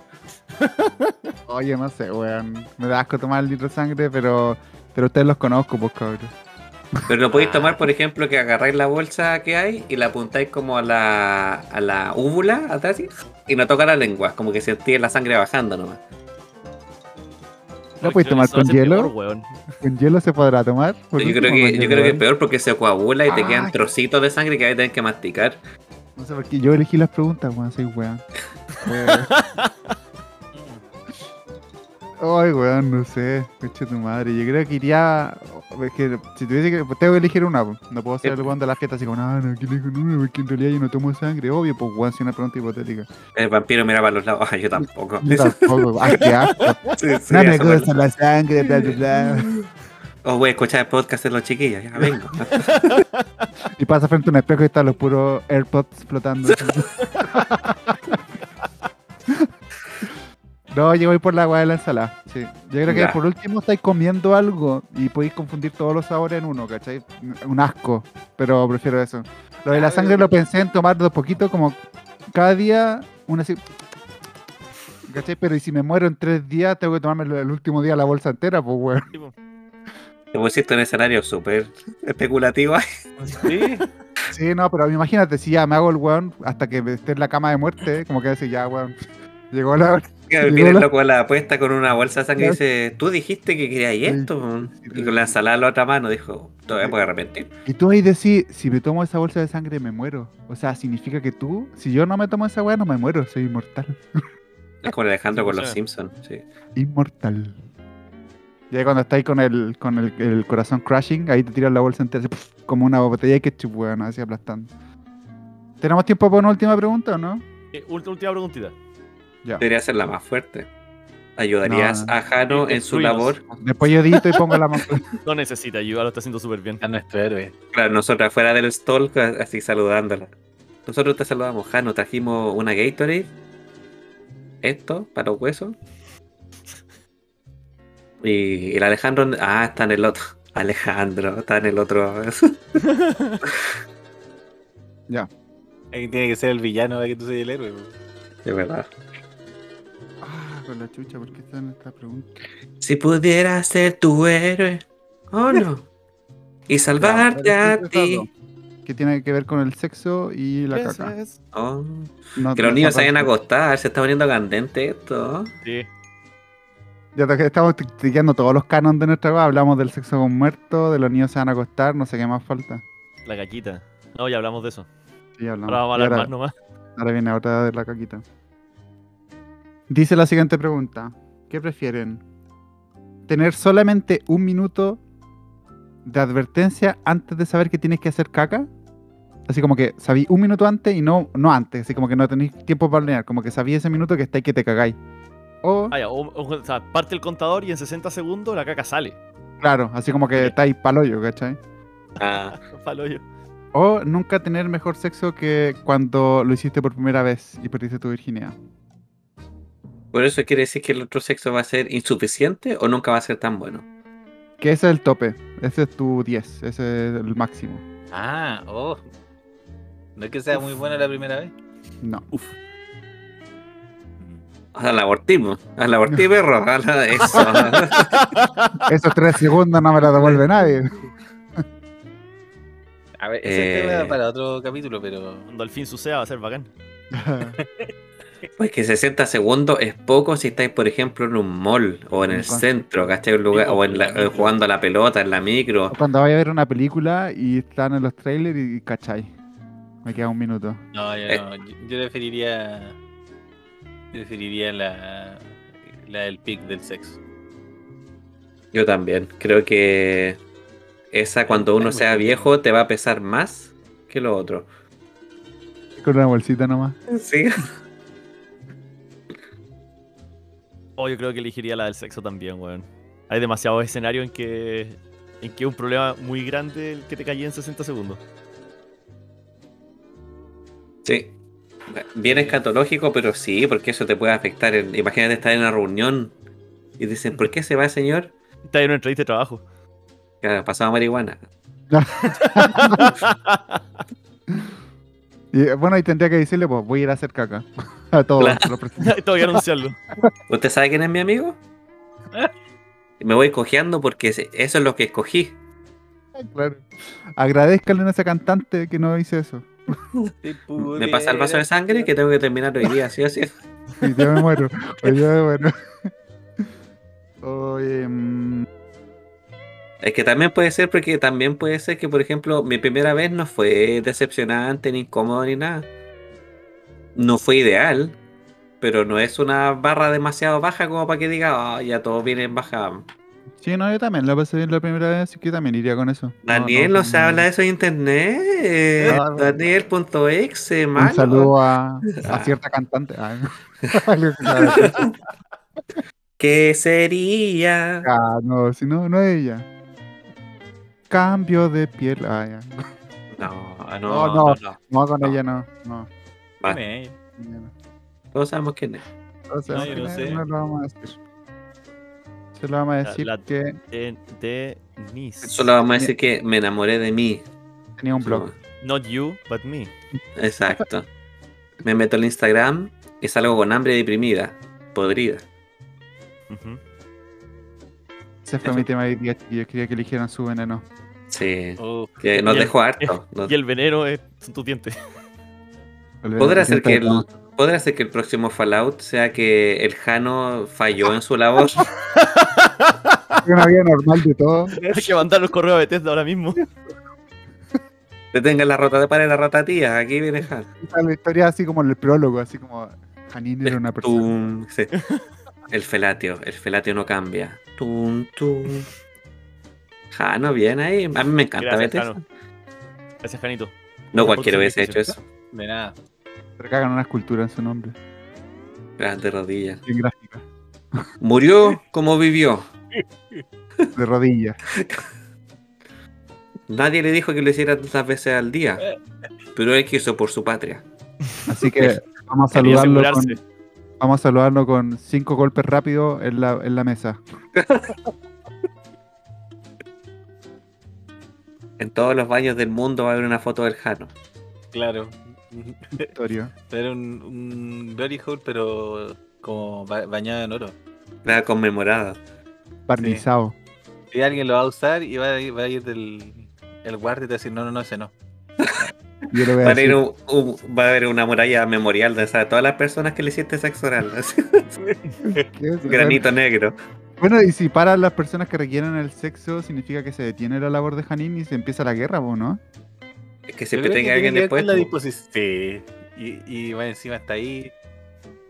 Speaker 4: Oye, no sé, weón. Me da asco tomar el litro de sangre, pero, pero ustedes los conozco, pues cabrón.
Speaker 1: Pero lo podéis tomar, por ejemplo, que agarráis la bolsa que hay y la apuntáis como a la, a la úvula, atrás, y, y no toca la lengua, como que sentís la sangre bajando nomás.
Speaker 4: ¿Lo puedes tomar
Speaker 2: Eso lo
Speaker 4: con
Speaker 2: hace peor,
Speaker 4: hielo?
Speaker 2: weón.
Speaker 4: ¿Con hielo se podrá tomar? Por
Speaker 1: Yo
Speaker 4: último,
Speaker 1: creo que,
Speaker 4: porque,
Speaker 1: yo creo que es
Speaker 4: weón,
Speaker 1: peor porque se coagula y te
Speaker 4: Ah,
Speaker 1: quedan
Speaker 4: qué-
Speaker 1: trocitos de sangre que hay que tener que masticar.
Speaker 4: No sé por qué yo elegí las preguntas, weón, soy weón. Eh, Ay, weón, no sé. Coche tu madre. Yo creo que iría. es que si tuviese que. pues, tengo que elegir una, pues. No puedo ser el weón de la fiesta así como, "Ah, no, no, que elijo una, porque en realidad yo no tomo sangre. Obvio, pues weón, si una pregunta hipotética.
Speaker 1: El vampiro mira para los lados. [LAUGHS] Ah, yo tampoco.
Speaker 4: Yo tampoco, ay, qué asco.
Speaker 1: Sí, sí,
Speaker 4: No me
Speaker 1: eso fue-
Speaker 4: gusta la sangre, bla, bla, bla.
Speaker 1: Os voy a escuchar el podcast de los chiquillos, ya
Speaker 4: [LAUGHS]
Speaker 1: vengo.
Speaker 4: Y pasa frente a un espejo y están los puros AirPods flotando. [LAUGHS] no, yo voy por la agua de la ensalada. Sí. Yo creo que
Speaker 1: Ya.
Speaker 4: por último estáis comiendo algo y podéis confundir todos los sabores en uno, ¿cachai? Un asco, pero prefiero eso. Lo de la sangre lo pensé en tomar de poquito, como cada día una así. ¿Cachai? Pero y si me muero en tres días, tengo que tomarme el- el último día la bolsa entera, pues, weón.
Speaker 1: [LAUGHS] Te pusiste un escenario súper especulativo.
Speaker 3: Sí,
Speaker 4: Sí, no, pero imagínate, si ya me hago el weón hasta que esté en la cama de muerte, como que decir, ya, weón, [LAUGHS] llegó la hora.
Speaker 1: Viene el loco a la apuesta con una bolsa de sangre y dice, tú dijiste que querías esto. weón". Y con la ensalada en la otra mano dijo, todavía puedo arrepentir.
Speaker 4: Y tú ahí decís, si me tomo esa bolsa de sangre me muero. O sea, significa que tú, si yo no me tomo esa weá, no me muero, soy inmortal.
Speaker 1: Es como el Alejandro con los Simpsons. Sí.
Speaker 4: Inmortal. Y ahí cuando estáis con el, con el, el corazón crashing, ahí te tiran la bolsa entera, así, puf, como una botella de ketchup, weón, así aplastando. ¿Tenemos tiempo para una última pregunta o no?
Speaker 2: Eh, ult- última preguntita.
Speaker 4: Ya.
Speaker 1: Debería ser la más fuerte. ¿Ayudarías
Speaker 4: No.
Speaker 1: a Jano en su
Speaker 2: Instruinos.
Speaker 1: labor?
Speaker 4: Después yo edito y pongo la [LAUGHS] mano.
Speaker 2: No necesita ayuda, lo está haciendo súper bien.
Speaker 3: A nuestro héroe.
Speaker 1: Claro, nosotras fuera del stalk, así saludándola. Nosotros te saludamos, Jano. Trajimos una Gatorade. Esto, para los huesos. Y el Alejandro. Ah, está en el otro. [LAUGHS] Alejandro, está en el otro. [LAUGHS]
Speaker 3: Ahí tiene que ser el villano para que tú seas el héroe. po.
Speaker 1: De verdad.
Speaker 4: Ah, con la chucha, ¿por qué están en esta pregunta?
Speaker 1: Si pudiera ser tu héroe, oh no. Y salvarte
Speaker 4: [LAUGHS] Ya,
Speaker 1: a
Speaker 4: pero estoy
Speaker 1: ti.
Speaker 4: Que tiene que ver con el sexo y la caca.
Speaker 2: Gracias.
Speaker 1: Oh,
Speaker 4: No,
Speaker 1: que los
Speaker 4: no,
Speaker 1: niños
Speaker 4: esa
Speaker 1: se vayan a
Speaker 4: parte.
Speaker 1: acostar, se está poniendo candente esto.
Speaker 2: Sí.
Speaker 4: Ya te- estamos tiqueando todos los canons de nuestra web. Hablamos del sexo con muertos, de los niños se van a acostar, no sé qué más falta.
Speaker 2: La caquita. No, ya hablamos de eso.
Speaker 4: Sí, hablamos.
Speaker 2: Ahora vamos a
Speaker 4: Y
Speaker 2: hablar
Speaker 4: ahora-
Speaker 2: más nomás.
Speaker 4: Ahora viene otra de la caquita. Dice la siguiente pregunta. ¿Qué prefieren? ¿Tener solamente un minuto de advertencia antes de saber que tienes que hacer caca? Así como que sabí un minuto antes y no, no antes, así como que no tenéis tiempo para planear, como que sabí ese minuto que estáis que te cagáis. O,
Speaker 2: Ah, ya, o, o- o sea, parte el contador y en 60 segundos la caca sale. [LAUGHS]
Speaker 4: claro, así como que
Speaker 2: Sí.
Speaker 4: estáis paloyo, ¿cachai?
Speaker 1: Ah,
Speaker 2: Palo yo.
Speaker 4: O nunca tener mejor sexo que cuando lo hiciste por primera vez y perdiste tu virginidad.
Speaker 1: por eso quiere decir que el otro sexo va a ser insuficiente o nunca va a ser tan bueno.
Speaker 4: Que ese es el tope, ese es tu 10, ese es el máximo.
Speaker 3: Ah, oh. No es que sea muy buena la primera vez.
Speaker 4: No.
Speaker 1: Al abortismo, al abortismo, perro. a la- Eso.
Speaker 4: [LAUGHS] Esos tres segundos no me los devuelve nadie.
Speaker 3: A ver, ese
Speaker 1: Eh.
Speaker 3: tema era para otro capítulo, pero.
Speaker 2: Cuando al fin suceda va a ser bacán.
Speaker 1: Pues que 60 segundos es poco si estáis, por ejemplo, en un mall o en el
Speaker 4: Nunca.
Speaker 1: centro, ¿cachai? Un lugar, o en la- eh, jugando a la pelota, en la micro.
Speaker 4: O Cuando vaya a ver una película y están en los trailers y, y cachai. Me queda un minuto.
Speaker 3: No, yo
Speaker 1: Eh.
Speaker 3: no. Yo, yo preferiría. Yo preferiría la. La del pic del sexo.
Speaker 1: Yo también. Creo que esa cuando uno sea viejo te va a pesar más que lo otro.
Speaker 4: Con una bolsita nomás.
Speaker 1: Sí.
Speaker 2: Oh, yo creo que elegiría la del sexo también, weón. Hay demasiados escenarios en que. En que es un problema muy grande el que te caí en 60 segundos.
Speaker 1: Sí. Bien escatológico, pero sí, porque eso te puede afectar. en- imagínate estar en una reunión y dicen, ¿por qué se va, señor?
Speaker 2: Está en una entrevista de trabajo. [LAUGHS]
Speaker 1: Claro, pasaba marihuana.
Speaker 4: Y eh, bueno, y tendría que decirle, pues voy a ir a hacer caca. [LAUGHS] A todos
Speaker 1: Claro.
Speaker 4: los presentes.
Speaker 2: Tengo que anunciarlo.
Speaker 1: ¿Usted sabe quién es mi amigo? Me voy cojeando porque ese- eso es lo que escogí.
Speaker 4: Claro. Agradezcanle a ese cantante que no hice eso.
Speaker 1: Me pasa el vaso de sangre que tengo que terminar hoy día, sí o sí.
Speaker 4: Y yo
Speaker 1: [LAUGHS]
Speaker 4: me muero. O yo me muero. Oye, mm,
Speaker 1: Es que también puede ser, porque también puede ser que, por ejemplo, mi primera vez no fue decepcionante, ni incómodo, ni nada. No fue ideal, pero no es una barra demasiado baja como para que diga, "Ah, ya todo viene en baja.
Speaker 4: sí, no, yo también lo pasé bien la primera vez, así que también iría con eso. No,
Speaker 1: Daniel, no, se
Speaker 4: no.
Speaker 1: habla de eso en internet.
Speaker 4: Ah,
Speaker 1: Daniel.exe,
Speaker 4: Un
Speaker 1: malo.
Speaker 4: saludo a, a
Speaker 1: Ah.
Speaker 4: cierta cantante.
Speaker 1: [LAUGHS]
Speaker 4: Ah, no.
Speaker 1: ¿Qué sería?
Speaker 4: Ah, no, si no, no es ella. Cambio de piel. Ah, ya.
Speaker 1: No, no, no,
Speaker 4: No, no.
Speaker 1: no, no.
Speaker 4: No, con
Speaker 1: No.
Speaker 4: ella no. No.
Speaker 1: Vale,
Speaker 4: ella no.
Speaker 1: todos sabemos quién es.
Speaker 4: O sea,
Speaker 3: No, yo no sé.
Speaker 4: no lo vamos a decir. Se lo vamos a
Speaker 2: La-
Speaker 4: decir
Speaker 2: la-
Speaker 4: que
Speaker 2: De, de Nice.
Speaker 1: Solo vamos a decir que me enamoré de mí.
Speaker 4: tenía un blog.
Speaker 2: Not you, but me.
Speaker 1: Exacto. Me meto al Instagram y salgo con hambre deprimida, podrida.
Speaker 2: Ujú.
Speaker 4: Ese fue mi tema de hoy día, chiquillos. Quería que eligieran su veneno.
Speaker 1: Sí. Oh, que nos dejó
Speaker 2: el,
Speaker 1: harto.
Speaker 2: [LAUGHS] Y, y el veneno es, son tus dientes. [LAUGHS]
Speaker 1: Podrá ser que el, podrá ser que el próximo Fallout sea que el Jano falló en su labor.
Speaker 4: Una vida normal de todo.
Speaker 2: Hay que mandar los correos a Bethesda ahora mismo.
Speaker 1: Detengan la rota de pared, la rota tía. Aquí viene Jano.
Speaker 4: La historia así como en el prólogo, así como Janine era una persona.
Speaker 1: Sí. El felatio, el felatio no cambia. Tum, tum. Jano, bien ahí. A mí me encanta
Speaker 2: Gracias, Jano. Gracias, Janito.
Speaker 1: No cualquiera hubiese hecho eso.
Speaker 3: De nada.
Speaker 4: Pero cagan una escultura en su nombre.
Speaker 1: De rodillas.
Speaker 4: Bien gráfica.
Speaker 1: Murió como vivió.
Speaker 4: De rodillas.
Speaker 1: Nadie le dijo que lo hiciera tantas veces al día. Pero él quiso por su patria.
Speaker 4: Así que vamos a saludarlo. Con, vamos a saludarlo con cinco golpes rápidos en la, en la mesa.
Speaker 1: en todos los baños del mundo va a haber una foto del Jano.
Speaker 3: Claro.
Speaker 1: Eh,
Speaker 4: Historia.
Speaker 3: Era un, un glory hole, pero como ba bañado en oro.
Speaker 1: Era conmemorada.
Speaker 4: Barnizado.
Speaker 3: Sí. Y alguien lo va a usar y va a ir, va a ir del el guardia y te va a decir, no, no, no, ese no.
Speaker 1: Yo lo voy a va, a ir un, un, va, a haber una muralla memorial de todas las personas que le hiciste sexo oral. [LAUGHS] Granito negro.
Speaker 4: eh, Bueno, y si paran las personas que requieren el sexo, significa que se detiene la labor de Hanin y se empieza la guerra, ¿no?
Speaker 1: Es que siempre tenga que alguien después.
Speaker 3: La disposición. Sí. Y, y bueno, encima está ahí.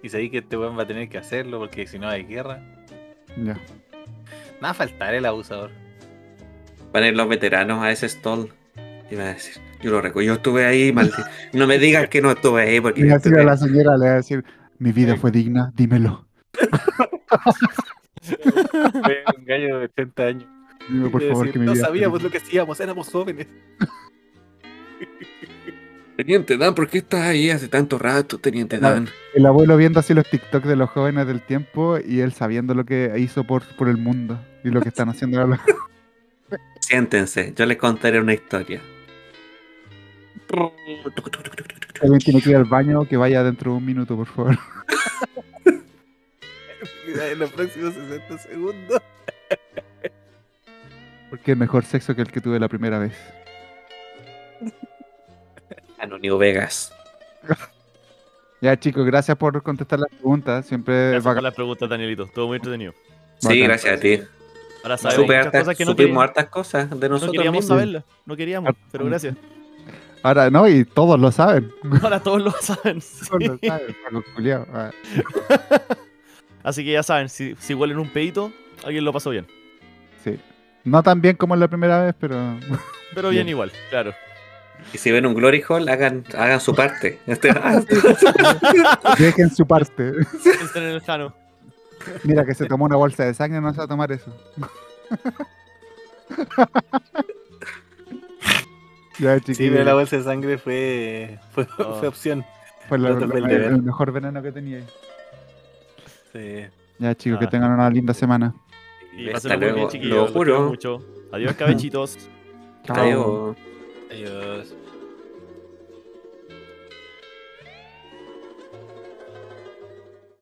Speaker 3: Y sabéis que este weón va a tener que hacerlo porque si no hay guerra.
Speaker 4: Ya.
Speaker 3: Nada faltar el abusador.
Speaker 1: Van a ir los veteranos a ese stall. Y van a decir, yo lo recuerdo, yo estuve ahí, maldito. No me digas que no estuve ahí porque.
Speaker 4: [LAUGHS] Y así a la señora le va a decir, mi vida fue digna, dímelo.
Speaker 3: [LAUGHS] Fue un gallo de 80 años.
Speaker 4: Dime, por favor, decir, que me
Speaker 3: no sabíamos
Speaker 1: pues,
Speaker 3: feliz. lo que hacíamos, éramos jóvenes.
Speaker 5: Teniente Dan, ¿por qué estás ahí hace tanto rato, Teniente
Speaker 4: el,
Speaker 5: Dan?
Speaker 4: El abuelo viendo así los TikTok de los jóvenes del tiempo y él sabiendo lo que hizo por, por el mundo y lo que están
Speaker 1: [LAUGHS]
Speaker 4: haciendo ahora.
Speaker 1: Los... Siéntense, yo les contaré una historia.
Speaker 4: Alguien tiene que ir al baño, que vaya dentro de un minuto, por favor.
Speaker 3: en los próximos 60 segundos.
Speaker 4: Porque es mejor sexo que el que tuve la primera vez.
Speaker 1: Anonio Ah, Vegas.
Speaker 4: ya, chicos, gracias por contestar las preguntas. Siempre
Speaker 2: gracias por las preguntas, Danielito. Todo muy entretenido.
Speaker 1: Sí, Bacán. gracias a ti.
Speaker 2: Ahora sabemos muchas
Speaker 1: hartas,
Speaker 2: cosas que no
Speaker 1: supimos hartas cosas de nosotros
Speaker 2: No queríamos
Speaker 1: mismos.
Speaker 2: saberlas, no queríamos, pero gracias. [LAUGHS]
Speaker 4: Ahora no, y todos lo saben.
Speaker 2: Ahora todos lo saben. Sí.
Speaker 4: Todos lo [LAUGHS] saben, Julio. ah,
Speaker 2: Así que ya saben, si, si huelen un pedito, alguien lo pasó bien.
Speaker 4: Sí. No tan bien como la primera vez, pero. [LAUGHS]
Speaker 2: Pero bien, bien. igual, claro.
Speaker 1: Y si ven un Glory Hall, hagan, hagan su parte. [LAUGHS] Este, ah,
Speaker 4: Dejen su parte.
Speaker 2: en [LAUGHS] el jano.
Speaker 4: Mira que se tomó una bolsa de sangre, no se va a tomar eso. [LAUGHS]
Speaker 3: ya, chiquillos. Sí, pero la bolsa de sangre fue, fue, oh. fue opción.
Speaker 4: Fue la, la, la, el mejor veneno que tenía ahí.
Speaker 3: Sí.
Speaker 4: Ya, chicos, ah. que tengan una linda semana.
Speaker 2: Y Hasta luego, bien, chiquillos.
Speaker 1: Lo juro.
Speaker 2: [LAUGHS] Mucho. Adiós, cabechitos.
Speaker 1: Chao.
Speaker 3: Adiós.